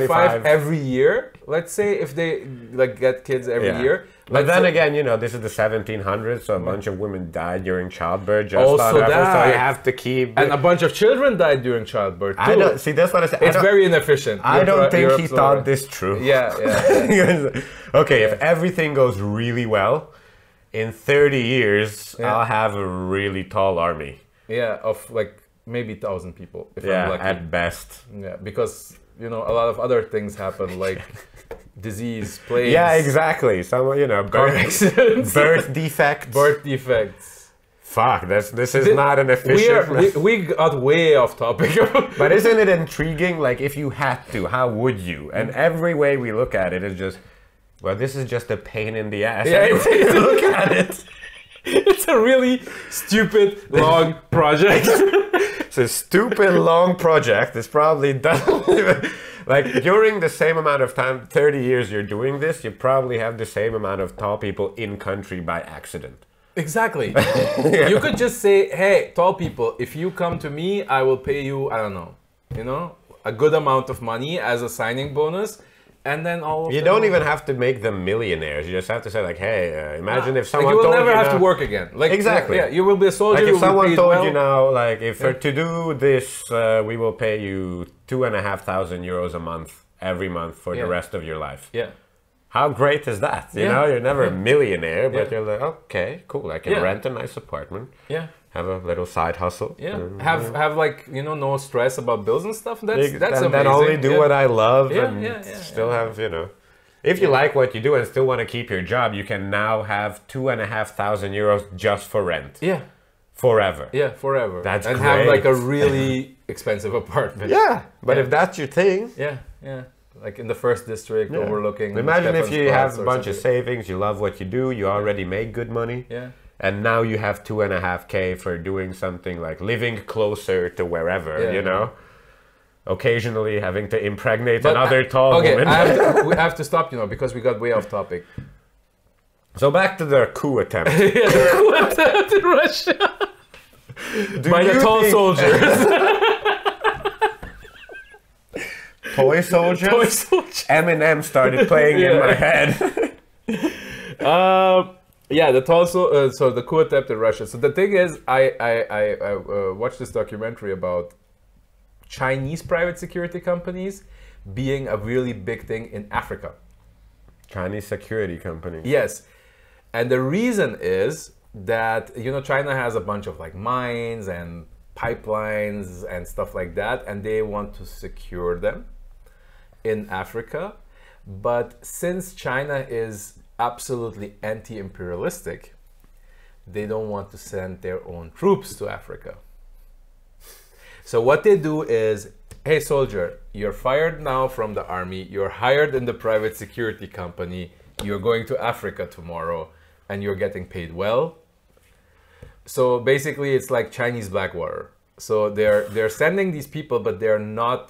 Speaker 2: 125
Speaker 1: 25.
Speaker 2: every year. Let's say if they like get kids every
Speaker 1: Yeah.
Speaker 2: year.
Speaker 1: But
Speaker 2: Let's
Speaker 1: then
Speaker 2: say-
Speaker 1: again, you know, this is the 1700s, so a bunch of women died during childbirth. Just
Speaker 2: Also
Speaker 1: on average, so you
Speaker 2: that.
Speaker 1: have to keep.
Speaker 2: and a bunch of children died during childbirth. Too.
Speaker 1: I don't see. That's what I said. I
Speaker 2: it's
Speaker 1: don't,
Speaker 2: very inefficient.
Speaker 1: I
Speaker 2: You're
Speaker 1: don't
Speaker 2: pro-
Speaker 1: think
Speaker 2: you're
Speaker 1: he
Speaker 2: absolutely
Speaker 1: thought
Speaker 2: right.
Speaker 1: this true.
Speaker 2: Yeah, yeah.
Speaker 1: okay, if everything goes really well, in 30 years,
Speaker 2: Yeah.
Speaker 1: I'll have a really tall army.
Speaker 2: yeah, of like maybe 1,000 people if I'm
Speaker 1: Yeah,
Speaker 2: lucky.
Speaker 1: at best.
Speaker 2: yeah, because you know a lot of other things happen like disease, plagues,
Speaker 1: Yeah, exactly. Some, you know,
Speaker 2: car
Speaker 1: birth,
Speaker 2: accidents,
Speaker 1: birth defects.
Speaker 2: birth defects.
Speaker 1: Fuck, that's, this is
Speaker 2: Thi-
Speaker 1: not an
Speaker 2: We,
Speaker 1: efficient.
Speaker 2: are, we, we got way off topic.
Speaker 1: But isn't it intriguing? Like, if you had to, how would you? And
Speaker 2: Mm.
Speaker 1: every way we look at it is just, well, this is just a pain in the ass.
Speaker 2: Yeah,
Speaker 1: Every
Speaker 2: it's-
Speaker 1: way you look at it.
Speaker 2: it's a really stupid long project.
Speaker 1: It's a stupid long project. It's probably done. like, during the same amount of time, 30 years you're doing this, you probably have the same amount of tall people in country by accident.
Speaker 2: exactly. You could just say, "Hey, tall people, if you come to me, I will pay you. I don't know, you know, a good amount of money as a signing bonus." And then all of
Speaker 1: You
Speaker 2: them
Speaker 1: don't
Speaker 2: will-
Speaker 1: even have to make them millionaires. You just have to say, like, hey, uh, imagine if
Speaker 2: Ah, Like,
Speaker 1: someone
Speaker 2: you will
Speaker 1: told
Speaker 2: never
Speaker 1: you
Speaker 2: have
Speaker 1: now-
Speaker 2: to work again. Like
Speaker 1: Exactly.
Speaker 2: Yeah, you will be a soldier.
Speaker 1: Like
Speaker 2: you
Speaker 1: if
Speaker 2: will be
Speaker 1: someone
Speaker 2: paid
Speaker 1: told
Speaker 2: well.
Speaker 1: you now, like if for to do this, uh, we will pay you two and a half thousand euros a month every month for the
Speaker 2: Yeah.
Speaker 1: rest of your life.
Speaker 2: Yeah.
Speaker 1: How great is that? You
Speaker 2: Yeah.
Speaker 1: know, you're never a millionaire, but
Speaker 2: Yeah.
Speaker 1: you're like, okay, cool. I can
Speaker 2: Yeah.
Speaker 1: rent a nice apartment,
Speaker 2: Yeah.
Speaker 1: have a little side hustle.
Speaker 2: Yeah,
Speaker 1: and-
Speaker 2: have have like you know no stress about bills and stuff. That's
Speaker 1: Ex-
Speaker 2: that's
Speaker 1: and
Speaker 2: amazing.
Speaker 1: then only do
Speaker 2: yeah.
Speaker 1: what I love
Speaker 2: Yeah,
Speaker 1: and
Speaker 2: yeah, yeah,
Speaker 1: still have, you know. If you like what you do and still want to keep your job, you can now have two and a half thousand euros just for rent
Speaker 2: Yeah,
Speaker 1: forever.
Speaker 2: yeah, forever.
Speaker 1: That's
Speaker 2: and have like a
Speaker 1: great.
Speaker 2: really expensive apartment.
Speaker 1: Yeah, but
Speaker 2: Yeah.
Speaker 1: if that's your thing,
Speaker 2: yeah, yeah. Like in the first district,
Speaker 1: Yeah.
Speaker 2: overlooking.
Speaker 1: Imagine if
Speaker 2: Stefan's
Speaker 1: you
Speaker 2: Platz
Speaker 1: have a
Speaker 2: or
Speaker 1: bunch of
Speaker 2: something.
Speaker 1: savings, you love what you do, you already make good money,
Speaker 2: Yeah,
Speaker 1: and now you have two and a half K for doing something like living closer to wherever,
Speaker 2: Yeah.
Speaker 1: you know? Occasionally having to impregnate
Speaker 2: But
Speaker 1: another
Speaker 2: I-
Speaker 1: tall
Speaker 2: okay,
Speaker 1: woman.
Speaker 2: I have to, we have to stop you know because we got way off topic.
Speaker 1: so back to their coup attempt.
Speaker 2: yeah, the coup attempt in Russia
Speaker 1: Do
Speaker 2: by the
Speaker 1: you
Speaker 2: tall
Speaker 1: think-
Speaker 2: soldiers.
Speaker 1: Toy soldiers?
Speaker 2: Toy soldiers.
Speaker 1: Eminem started playing in
Speaker 2: Yeah.
Speaker 1: my head.
Speaker 2: Um, yeah, the tall so, uh, so the coup attempt in Russia. So the thing is, I I, I, I uh, watched this documentary about Chinese private security companies being a really big thing in Africa.
Speaker 1: Chinese security company.
Speaker 2: Yes. And the reason is that, you know, China has a bunch of like mines and pipelines and stuff like that, and they want to secure them in Africa. But since China is absolutely anti imperialistic, they don't want to send their own troops to Africa. So what they do is, hey soldier, you're fired now from the army, you're hired in the private security company, you're going to Africa tomorrow, and you're getting paid well. So basically it's like Chinese Blackwater. So they're they're sending these people, but they're not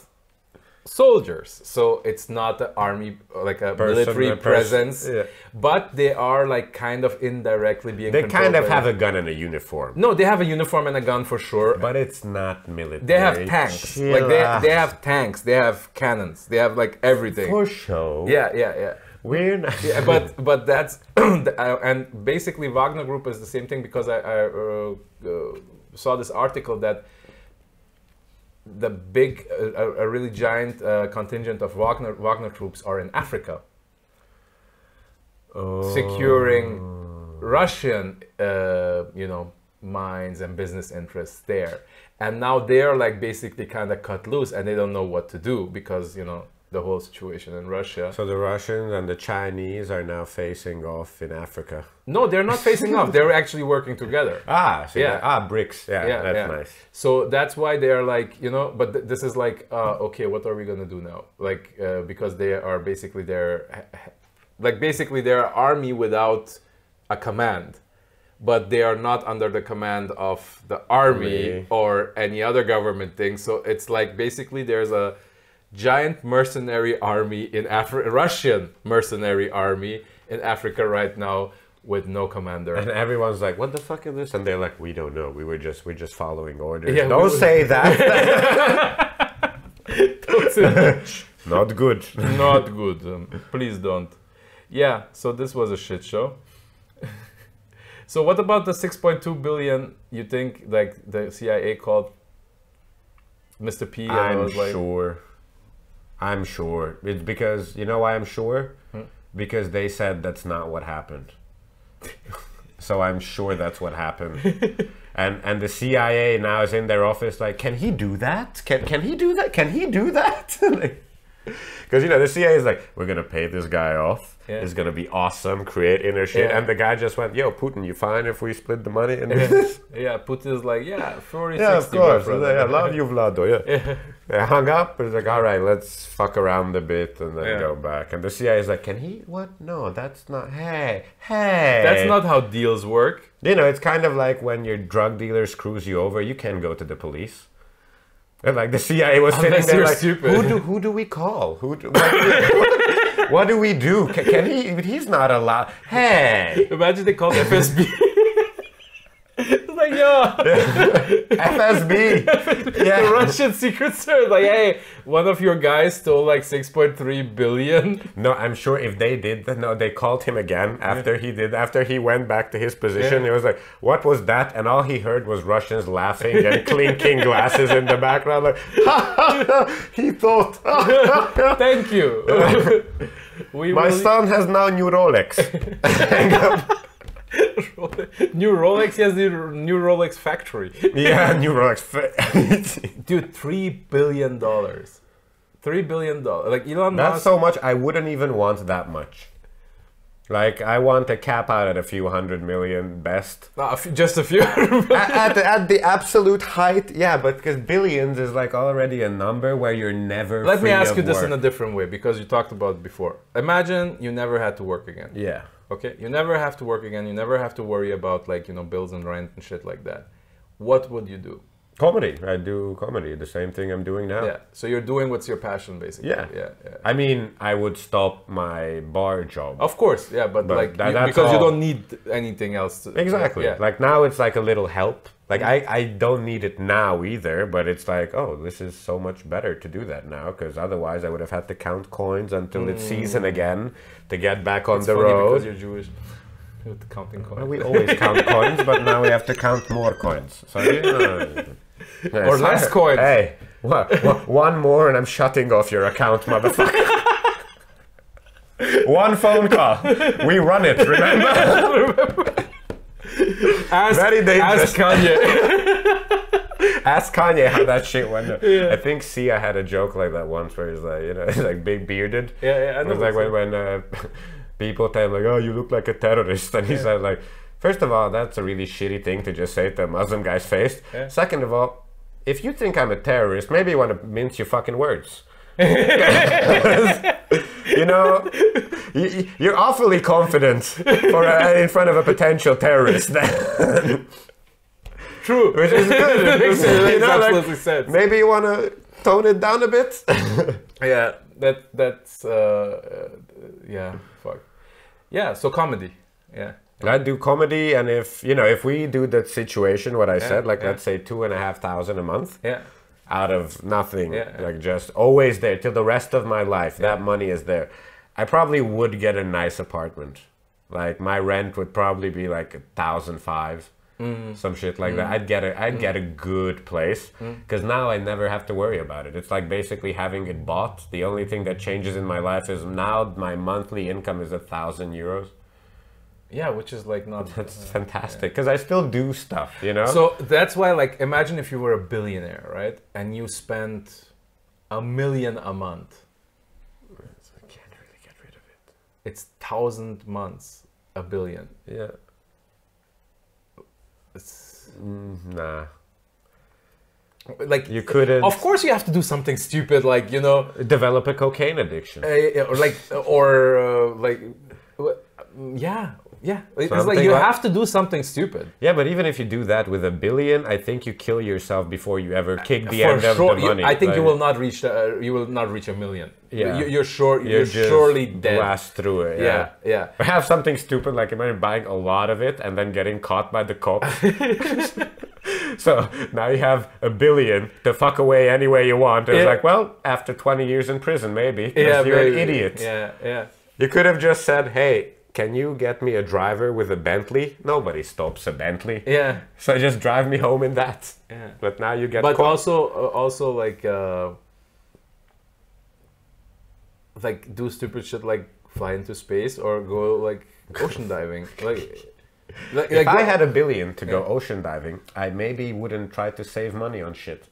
Speaker 2: soldiers. So it's not an army like a
Speaker 1: Person-
Speaker 2: military
Speaker 1: a person-
Speaker 2: presence.
Speaker 1: yeah.
Speaker 2: But they are like kind of indirectly being
Speaker 1: They kind of
Speaker 2: a.
Speaker 1: have a gun and a uniform.
Speaker 2: No, they have a uniform and a gun for sure.
Speaker 1: But it's not military.
Speaker 2: they have tanks.
Speaker 1: Chill
Speaker 2: Like they,
Speaker 1: out.
Speaker 2: they have tanks. They have cannons. They have like everything.
Speaker 1: For show.
Speaker 2: Yeah, yeah, yeah.
Speaker 1: We're not.
Speaker 2: Yeah, but but that's the- I- and basically Wagner Group is the same thing because I, I uh, uh, saw this article that the big uh, a, a really giant uh, contingent of Wagner
Speaker 1: Oh,
Speaker 2: Wagner troops are in Africa securing Russian, uh, you know, minds and business interests there, and now they're like basically kind of cut loose, and they don't know what to do because you know the whole situation in Russia.
Speaker 1: So the Russians and the Chinese are now facing off in Africa.
Speaker 2: No, they're not facing off. They're actually working together.
Speaker 1: Ah, so
Speaker 2: Yeah.
Speaker 1: yeah. Ah, BRICS. Yeah,
Speaker 2: yeah,
Speaker 1: that's
Speaker 2: yeah.
Speaker 1: nice.
Speaker 2: So that's why they are like, you know, but th- this is like, uh, okay, what are we gonna do now? Like, uh, because they are basically their, like basically their army without a command, but they are not under the command of the army
Speaker 1: Army.
Speaker 2: or any other government thing. So it's like basically there's a giant mercenary army in Africa, Russian mercenary army in Africa right now with no commander.
Speaker 1: And everyone's like, "What the fuck is this?" And they're like, "We don't know. We were just we're just following orders.
Speaker 2: Yeah, we
Speaker 1: don't
Speaker 2: were-
Speaker 1: say that. Not good."
Speaker 2: not good. Um, please don't. Yeah, so this was a shit show. so what about the 6.2 billion you think like the CIA called Mr. P and
Speaker 1: I'm
Speaker 2: was like
Speaker 1: sure. I'm sure. It's because you know why I'm sure?
Speaker 2: Hmm?
Speaker 1: Because they said that's not what happened. so I'm sure that's what happened. and and the CIA now is in their office like, can he do that? Can can he do that? Can he do that? Because you know the CIA is like, we're gonna pay this guy off.
Speaker 2: Yeah.
Speaker 1: It's gonna be awesome. Create inner shit.
Speaker 2: Yeah.
Speaker 1: And the guy just went, "Yo, Putin, you fine if we split the money?" And
Speaker 2: yeah, Putin's like yeah, 40
Speaker 1: yeah, of
Speaker 2: 60 my
Speaker 1: course.
Speaker 2: brother."
Speaker 1: I love you, Vlado. Yeah. I hung up. It's like, all right, let's fuck around a bit and then
Speaker 2: Yeah.
Speaker 1: go back. And the CIA is like, can he? What? No, that's not. Hey, hey.
Speaker 2: That's not how deals work.
Speaker 1: You know, it's kind of like when your drug dealer screws you over. You can go to the police. And like the CIA was
Speaker 2: Unless
Speaker 1: sitting there,
Speaker 2: you're
Speaker 1: like,
Speaker 2: stupid.
Speaker 1: who do who do we call? Who do, what, do- what do we do? Can, can he? He's not allowed. Hey,
Speaker 2: Imagine they called FSB. it's like yo,
Speaker 1: FSB.
Speaker 2: the
Speaker 1: yeah.
Speaker 2: Russian Secret Service like hey, one of your guys stole like 6.3 billion.
Speaker 1: No, I'm sure if they did that, no, they called him again after he did, after he went back to his position.
Speaker 2: Yeah.
Speaker 1: It was like, what was that? And all he heard was Russians laughing and clinking glasses in the background. Like, he thought,
Speaker 2: Thank you. we
Speaker 1: my
Speaker 2: will-
Speaker 1: son has now new Rolex.
Speaker 2: new Rolex. He has the r- new Rolex factory.
Speaker 1: yeah, new Rolex.
Speaker 2: Dude, three billion dollars. Three billion dollars. Like Elon
Speaker 1: That's
Speaker 2: Musk.
Speaker 1: so much. I wouldn't even want that much. Like, I want a cap out at a few hundred million best.
Speaker 2: Nah, a few- just a few.
Speaker 1: at, at, the, at the absolute height, yeah, but because billions is like already a number where you're never.
Speaker 2: Let me
Speaker 1: free
Speaker 2: ask
Speaker 1: of
Speaker 2: you this in a
Speaker 1: work.
Speaker 2: different way because you talked about it before. Imagine you never had to work again.
Speaker 1: yeah.
Speaker 2: Okay, you never have to work again. You never have to worry about like you know bills and rent and shit like that. What would you do?
Speaker 1: Comedy. I do comedy. The same thing I'm doing now.
Speaker 2: Yeah. So you're doing what's your passion basically.
Speaker 1: Yeah.
Speaker 2: Yeah. yeah. Oh,
Speaker 1: I mean, I would stop my bar job.
Speaker 2: Of course, yeah, but,
Speaker 1: But
Speaker 2: like
Speaker 1: that-
Speaker 2: you-
Speaker 1: that's
Speaker 2: because you
Speaker 1: all.
Speaker 2: don't need anything else. To,
Speaker 1: Exactly.
Speaker 2: Yeah. Mm-hmm.
Speaker 1: Like now it's like a little help. Like I, I don't need it now either, but it's like, oh, this is so much better to do that now because otherwise I would have had to count coins until it's season again to get back on
Speaker 2: Mm. It's
Speaker 1: the
Speaker 2: funny
Speaker 1: road.
Speaker 2: because you're Jewish. With counting coins.
Speaker 1: Well, we always count coins, but now we have to count more coins. So, you know. Yeah,
Speaker 2: Or
Speaker 1: so-
Speaker 2: less coins.
Speaker 1: Hey, wha- wha- one more and I'm shutting off your account, motherfucker. one phone call. We run it, remember?
Speaker 2: ask,
Speaker 1: Very dangerous.
Speaker 2: ask Kanye.
Speaker 1: Ask Kanye how that shit went. down. I think Sia had a joke like that once where he's like, you know, he's like big bearded.
Speaker 2: Yeah, yeah, I
Speaker 1: It
Speaker 2: know
Speaker 1: was like
Speaker 2: what
Speaker 1: when, when uh, people tell him, like, oh, you look like a terrorist. And he said, like, first of all, that's a really shitty thing to just say to a Muslim guy's face.
Speaker 2: Yeah.
Speaker 1: Second of all, if you think I'm a terrorist, maybe you want to mince your fucking words. you know, you- you, you're awfully confident for a, in front of a potential terrorist.
Speaker 2: True.
Speaker 1: Which is good.
Speaker 2: It makes,
Speaker 1: You
Speaker 2: it makes
Speaker 1: know, like,
Speaker 2: absolutely sense.
Speaker 1: Maybe you want to tone it down a bit.
Speaker 2: yeah, that that's uh, uh, yeah, fuck. Yeah, so comedy. Yeah.
Speaker 1: I do comedy, and if you know, if we do that situation, what I said, like
Speaker 2: yeah.
Speaker 1: let's say two and a half thousand a month
Speaker 2: Yeah.
Speaker 1: out of nothing,
Speaker 2: Yeah, yeah.
Speaker 1: like just always there till the rest of my life, that money is there. I probably would get a nice apartment. Like my rent would probably be like a thousand five,
Speaker 2: Mm.
Speaker 1: some shit like that. I'd get a I'd get a good place
Speaker 2: Mm.
Speaker 1: because now I never have to worry about it. It's like basically having it bought. The only thing that changes in my life is now my monthly income is a thousand euros.
Speaker 2: Yeah, which is like not.
Speaker 1: That's fantastic because I still do stuff, you know.
Speaker 2: So that's why, like, imagine if you were a billionaire, right? And you spent a million a month.
Speaker 1: I can't really get rid of
Speaker 2: It's thousand months, a billion.
Speaker 1: it.
Speaker 2: It's
Speaker 1: Yeah. Mm, nah.
Speaker 2: like
Speaker 1: You couldn't-
Speaker 2: Of course, you have to do something stupid, like you know,
Speaker 1: Develop a cocaine addiction.
Speaker 2: uh, or like or uh, like, w- yeah, yeah. It's like
Speaker 1: Something
Speaker 2: you
Speaker 1: like-
Speaker 2: have to do something stupid.
Speaker 1: Yeah, but even if you do that with a billion, I think you kill yourself before you ever kick the
Speaker 2: For
Speaker 1: end of
Speaker 2: sure,
Speaker 1: the
Speaker 2: you-
Speaker 1: money.
Speaker 2: I think you
Speaker 1: Like,
Speaker 2: will not reach. Uh, you will not reach a million.
Speaker 1: Yeah.
Speaker 2: you, you're sure. You're,
Speaker 1: you're just
Speaker 2: surely dead.
Speaker 1: blast through it.
Speaker 2: yeah.
Speaker 1: yeah.
Speaker 2: yeah, yeah.
Speaker 1: Or have something stupid like imagine buying a lot of it and then getting caught by the cops. so now you have a billion to fuck away any way you want. It's
Speaker 2: Yeah.
Speaker 1: like, well, after 20 years in prison, maybe. 'cause you're
Speaker 2: maybe.
Speaker 1: an idiot.
Speaker 2: Yeah, yeah.
Speaker 1: You could have just said, hey, can you get me a driver with a Bentley? Nobody stops a Bentley.
Speaker 2: Yeah,
Speaker 1: So just drive me home in that.
Speaker 2: yeah.
Speaker 1: But now you get
Speaker 2: But
Speaker 1: caught.
Speaker 2: also, uh, also like, uh, like do stupid shit like fly into space or go like ocean diving. Like, like,
Speaker 1: If
Speaker 2: like
Speaker 1: I had a billion to go ocean diving, I maybe wouldn't try to save money on shit.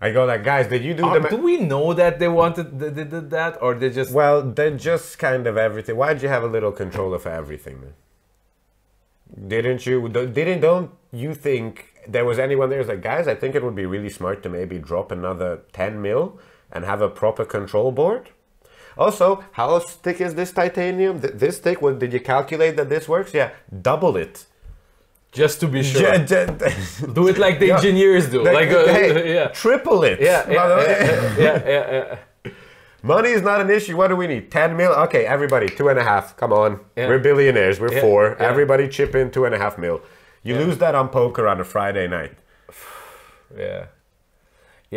Speaker 1: I go like, guys, did you do
Speaker 2: Uh,
Speaker 1: the ma-
Speaker 2: do we know that they wanted they, they did that or they just
Speaker 1: Well, they're just kind of everything. Why'd you have a little control of everything? man? Didn't you? d- Didn't don't you think there was anyone there? who's like, guys, I think it would be really smart to maybe drop another ten mil and have a proper control board. Also, how thick is this titanium? Th- this thick? What did you calculate that this works? Yeah, double it.
Speaker 2: just to be sure
Speaker 1: Ju- ju-
Speaker 2: do it like the
Speaker 1: Yeah.
Speaker 2: engineers do like, uh,
Speaker 1: hey,
Speaker 2: yeah.
Speaker 1: triple it.
Speaker 2: Yeah, yeah, yeah, yeah, yeah, yeah.
Speaker 1: Money is not an issue. What do we need? 10 mil? Okay, everybody, two and a half. Come on.
Speaker 2: Yeah.
Speaker 1: We're billionaires. We're
Speaker 2: Yeah,
Speaker 1: four.
Speaker 2: yeah.
Speaker 1: Everybody chip in two and a half mil. You lose that on poker on a Friday night.
Speaker 2: Yeah.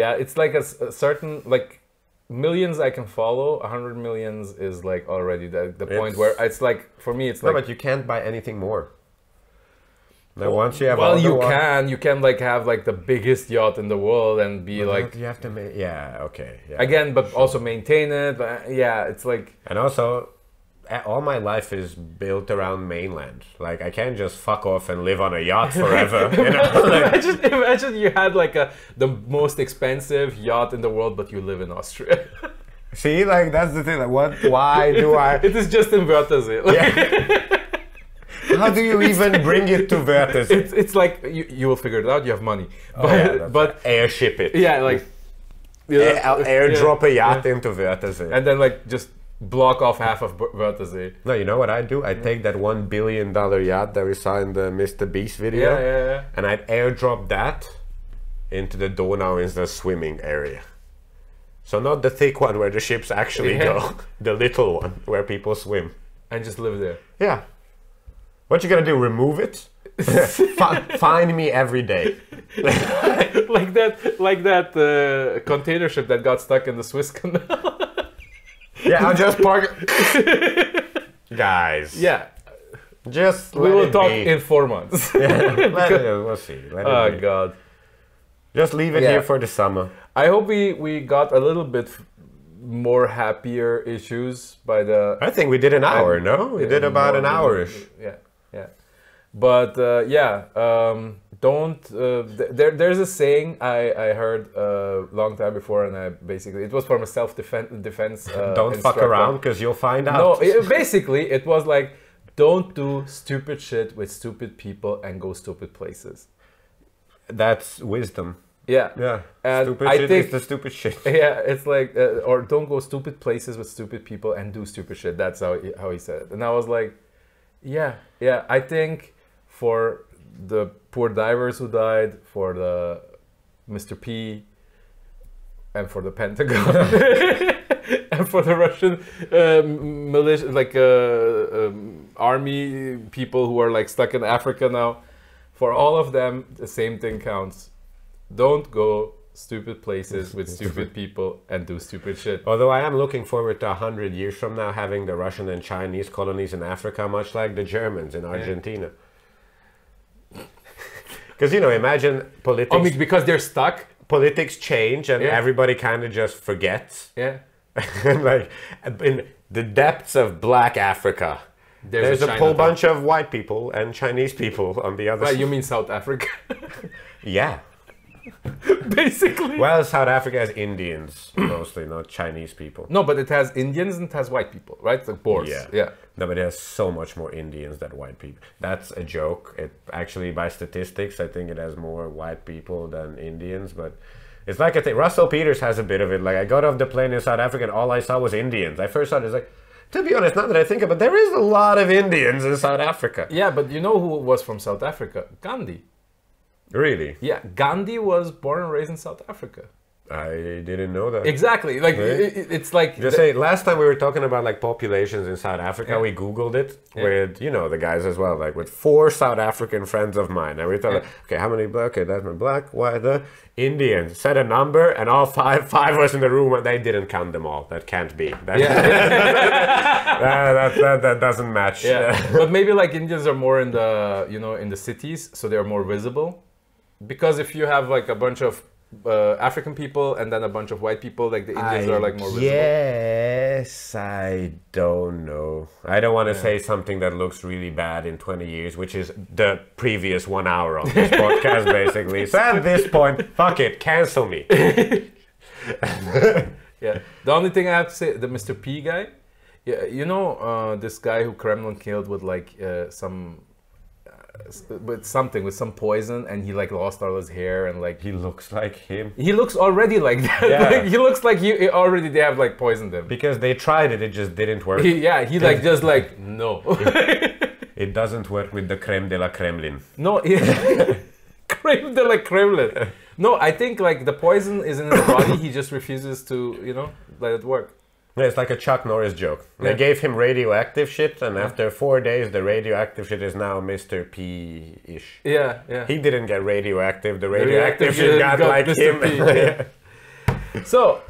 Speaker 2: Yeah, it's like a, s- a certain like millions I can follow. A hundred millions is like already the, the point
Speaker 1: It's-
Speaker 2: where it's like for me it's
Speaker 1: No,
Speaker 2: like
Speaker 1: but you can't buy anything more. Now, once you have all
Speaker 2: well
Speaker 1: the
Speaker 2: you
Speaker 1: wa-
Speaker 2: can you can like have like the biggest yacht in the world and be like
Speaker 1: you have to make. Yeah, okay. Yeah.
Speaker 2: again but also maintain it. But uh, yeah, it's like
Speaker 1: And also, a- all my life is built around mainland. Like, I can't just fuck off and live on a yacht forever. you know? Like,
Speaker 2: imagine imagine you had like a the most expensive yacht in the world but you live in Austria.
Speaker 1: see, like, that's the thing. Like, what? Why do I.
Speaker 2: it is just in Wörthersee. Like,
Speaker 1: How do you even bring it to Vertes?
Speaker 2: it's it's like you, you will figure it out. You have money, but
Speaker 1: Oh, yeah, that's-
Speaker 2: but
Speaker 1: airship it.
Speaker 2: yeah, like you know,
Speaker 1: Air, I'll airdrop
Speaker 2: yeah.
Speaker 1: a yacht into Wörthersee.
Speaker 2: and then like just block off half of Bur- Wörthersee.
Speaker 1: no, you know what I do? I take that one billion dollar yacht that we saw in the Mr. Beast video,
Speaker 2: Yeah, yeah, yeah.
Speaker 1: and I'd airdrop that into the Donau in the swimming area. So not the thick one where the ships actually
Speaker 2: Yeah.
Speaker 1: go, the little one where people swim.
Speaker 2: and just live there.
Speaker 1: Yeah. What you gonna do? Remove it? Fi- find me every day.
Speaker 2: like that, like that uh, container ship that got stuck in the Swiss Canal.
Speaker 1: Yeah, I'll just park. Guys.
Speaker 2: yeah,
Speaker 1: Just
Speaker 2: we
Speaker 1: let
Speaker 2: will
Speaker 1: it
Speaker 2: talk
Speaker 1: be.
Speaker 2: in four months.
Speaker 1: Let it- we'll see. Let it
Speaker 2: oh
Speaker 1: be.
Speaker 2: God.
Speaker 1: Just leave it
Speaker 2: Yeah.
Speaker 1: here for the summer.
Speaker 2: I hope we we got a little bit f- more happier issues by the
Speaker 1: I think we did an hour, no? Uh, We did
Speaker 2: Yeah,
Speaker 1: about
Speaker 2: more
Speaker 1: an
Speaker 2: than-
Speaker 1: hourish.
Speaker 2: Yeah, yeah. But uh, yeah, um, don't. Uh, th- there, there's a saying I, I heard a long time before, and I basically it was from a self defense defense. Uh,
Speaker 1: Don't fuck
Speaker 2: instructor.
Speaker 1: around because you'll find out.
Speaker 2: No, it, basically it was like, don't do stupid shit with stupid people and go stupid places.
Speaker 1: That's wisdom.
Speaker 2: Yeah.
Speaker 1: Yeah.
Speaker 2: And
Speaker 1: stupid
Speaker 2: I
Speaker 1: shit
Speaker 2: think-
Speaker 1: is the stupid shit.
Speaker 2: Yeah, it's like, uh, or don't go stupid places with stupid people and do stupid shit. That's how he, how he said it. And I was like, yeah, yeah. I think for the poor divers who died, for the Mr. P, and for the Pentagon, and for the Russian um, militia, like uh, um, army people who are like stuck in Africa now, for all of them, the same thing counts. Don't go stupid places with stupid people and do stupid shit.
Speaker 1: Although I am looking forward to 100 years from now having the Russian and Chinese colonies in Africa, much like the Germans in Argentina. Because, you know, imagine
Speaker 2: Oh, I
Speaker 1: politics,
Speaker 2: mean, because they're stuck.
Speaker 1: politics change and
Speaker 2: Yeah.
Speaker 1: everybody kind of just forgets.
Speaker 2: Yeah.
Speaker 1: like in the depths of black Africa, There's, a, whole
Speaker 2: Chinatown.
Speaker 1: bunch of white people and Chinese people on the other
Speaker 2: Right,
Speaker 1: side.
Speaker 2: you mean South Africa,
Speaker 1: Yeah.
Speaker 2: basically.
Speaker 1: Well, South Africa has Indians mostly, not Chinese people.
Speaker 2: No, but it has Indians and it has white people, right? The Boers.
Speaker 1: Yeah.
Speaker 2: yeah.
Speaker 1: No, but it has so much more Indians than white people. That's a joke. It actually, by statistics, I think it has more white people than Indians. But it's like I think Russell Peters has a bit of it. Like I got off the plane in South Africa, and all I saw was Indians. I first thought it's like, to be honest, now that I think about, it, there is a lot of Indians in South Africa.
Speaker 2: Yeah, but you know who was from South Africa? Gandhi.
Speaker 1: Really,
Speaker 2: Yeah, Gandhi was born and raised in South Africa.
Speaker 1: I didn't know that.
Speaker 2: Exactly. Like
Speaker 1: Really?
Speaker 2: it, it- it's like
Speaker 1: Just
Speaker 2: the-
Speaker 1: say last time we were talking about like populations in South Africa,
Speaker 2: Yeah.
Speaker 1: we Googled it with you know the guys as well, like with four South African friends of mine, and we thought, like, okay, how many black? Okay, that's my black. Why the Indian? Said a number, and all five five was in the room, and they didn't count them all. That can't be. That,
Speaker 2: yeah,
Speaker 1: that, that, that, that doesn't match.
Speaker 2: yeah. but maybe like Indians are more in the you know in the cities, so they are more visible. Because if you have like a bunch of uh, African people and then a bunch of white people, like the Indians are like more visible.
Speaker 1: Yes, I don't know. I don't want to say something that looks really bad in 20 years, which is the previous one hour of this podcast, basically. So at this point, fuck it, cancel me.
Speaker 2: Yeah. The only thing I have to say, the Mr. P guy, yeah, you know uh, this guy who Kremlin killed with like uh, some, uh, s- with something with some poison, and he like lost all his hair and like.
Speaker 1: He looks like him.
Speaker 2: He looks already like that.
Speaker 1: Yeah.
Speaker 2: Like, he looks like you already they have like poisoned him.
Speaker 1: Because they tried it, it just didn't work.
Speaker 2: He, yeah, he like just like no,
Speaker 1: It doesn't work with the creme de la Kremlin.
Speaker 2: no. he- Kremlin, they're like Kremlin. No, I think like the poison is in his body. He just refuses to, you know, let it work.
Speaker 1: No, It's like a Chuck Norris joke. They gave him radioactive shit, and after four days, the radioactive shit is now Mr. P ish.
Speaker 2: Yeah, yeah.
Speaker 1: He didn't get radioactive. The
Speaker 2: The
Speaker 1: radioactive, shit got, like him.
Speaker 2: Mr. P, yeah. so,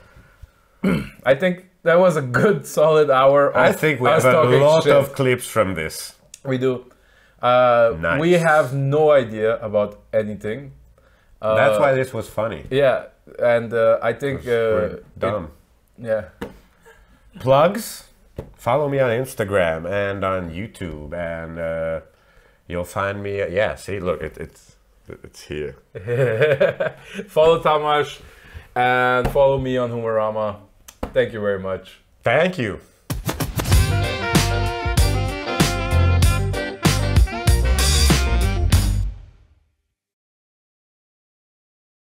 Speaker 2: I think that was a good solid hour. Of
Speaker 1: I think we
Speaker 2: us
Speaker 1: have a
Speaker 2: talking
Speaker 1: lot
Speaker 2: shit.
Speaker 1: of clips from this.
Speaker 2: we do. Uh,
Speaker 1: Nice.
Speaker 2: We have no idea about anything. Uh,
Speaker 1: That's why this was funny.
Speaker 2: Yeah, and uh, I think uh,
Speaker 1: We're
Speaker 2: it-
Speaker 1: dumb.
Speaker 2: yeah.
Speaker 1: Plugs. Follow me on Instagram and on YouTube, and uh, you'll find me. Yeah, see, look, it, it's it's here.
Speaker 2: follow Tamash and follow me on Humorama. Thank you very much.
Speaker 1: Thank you.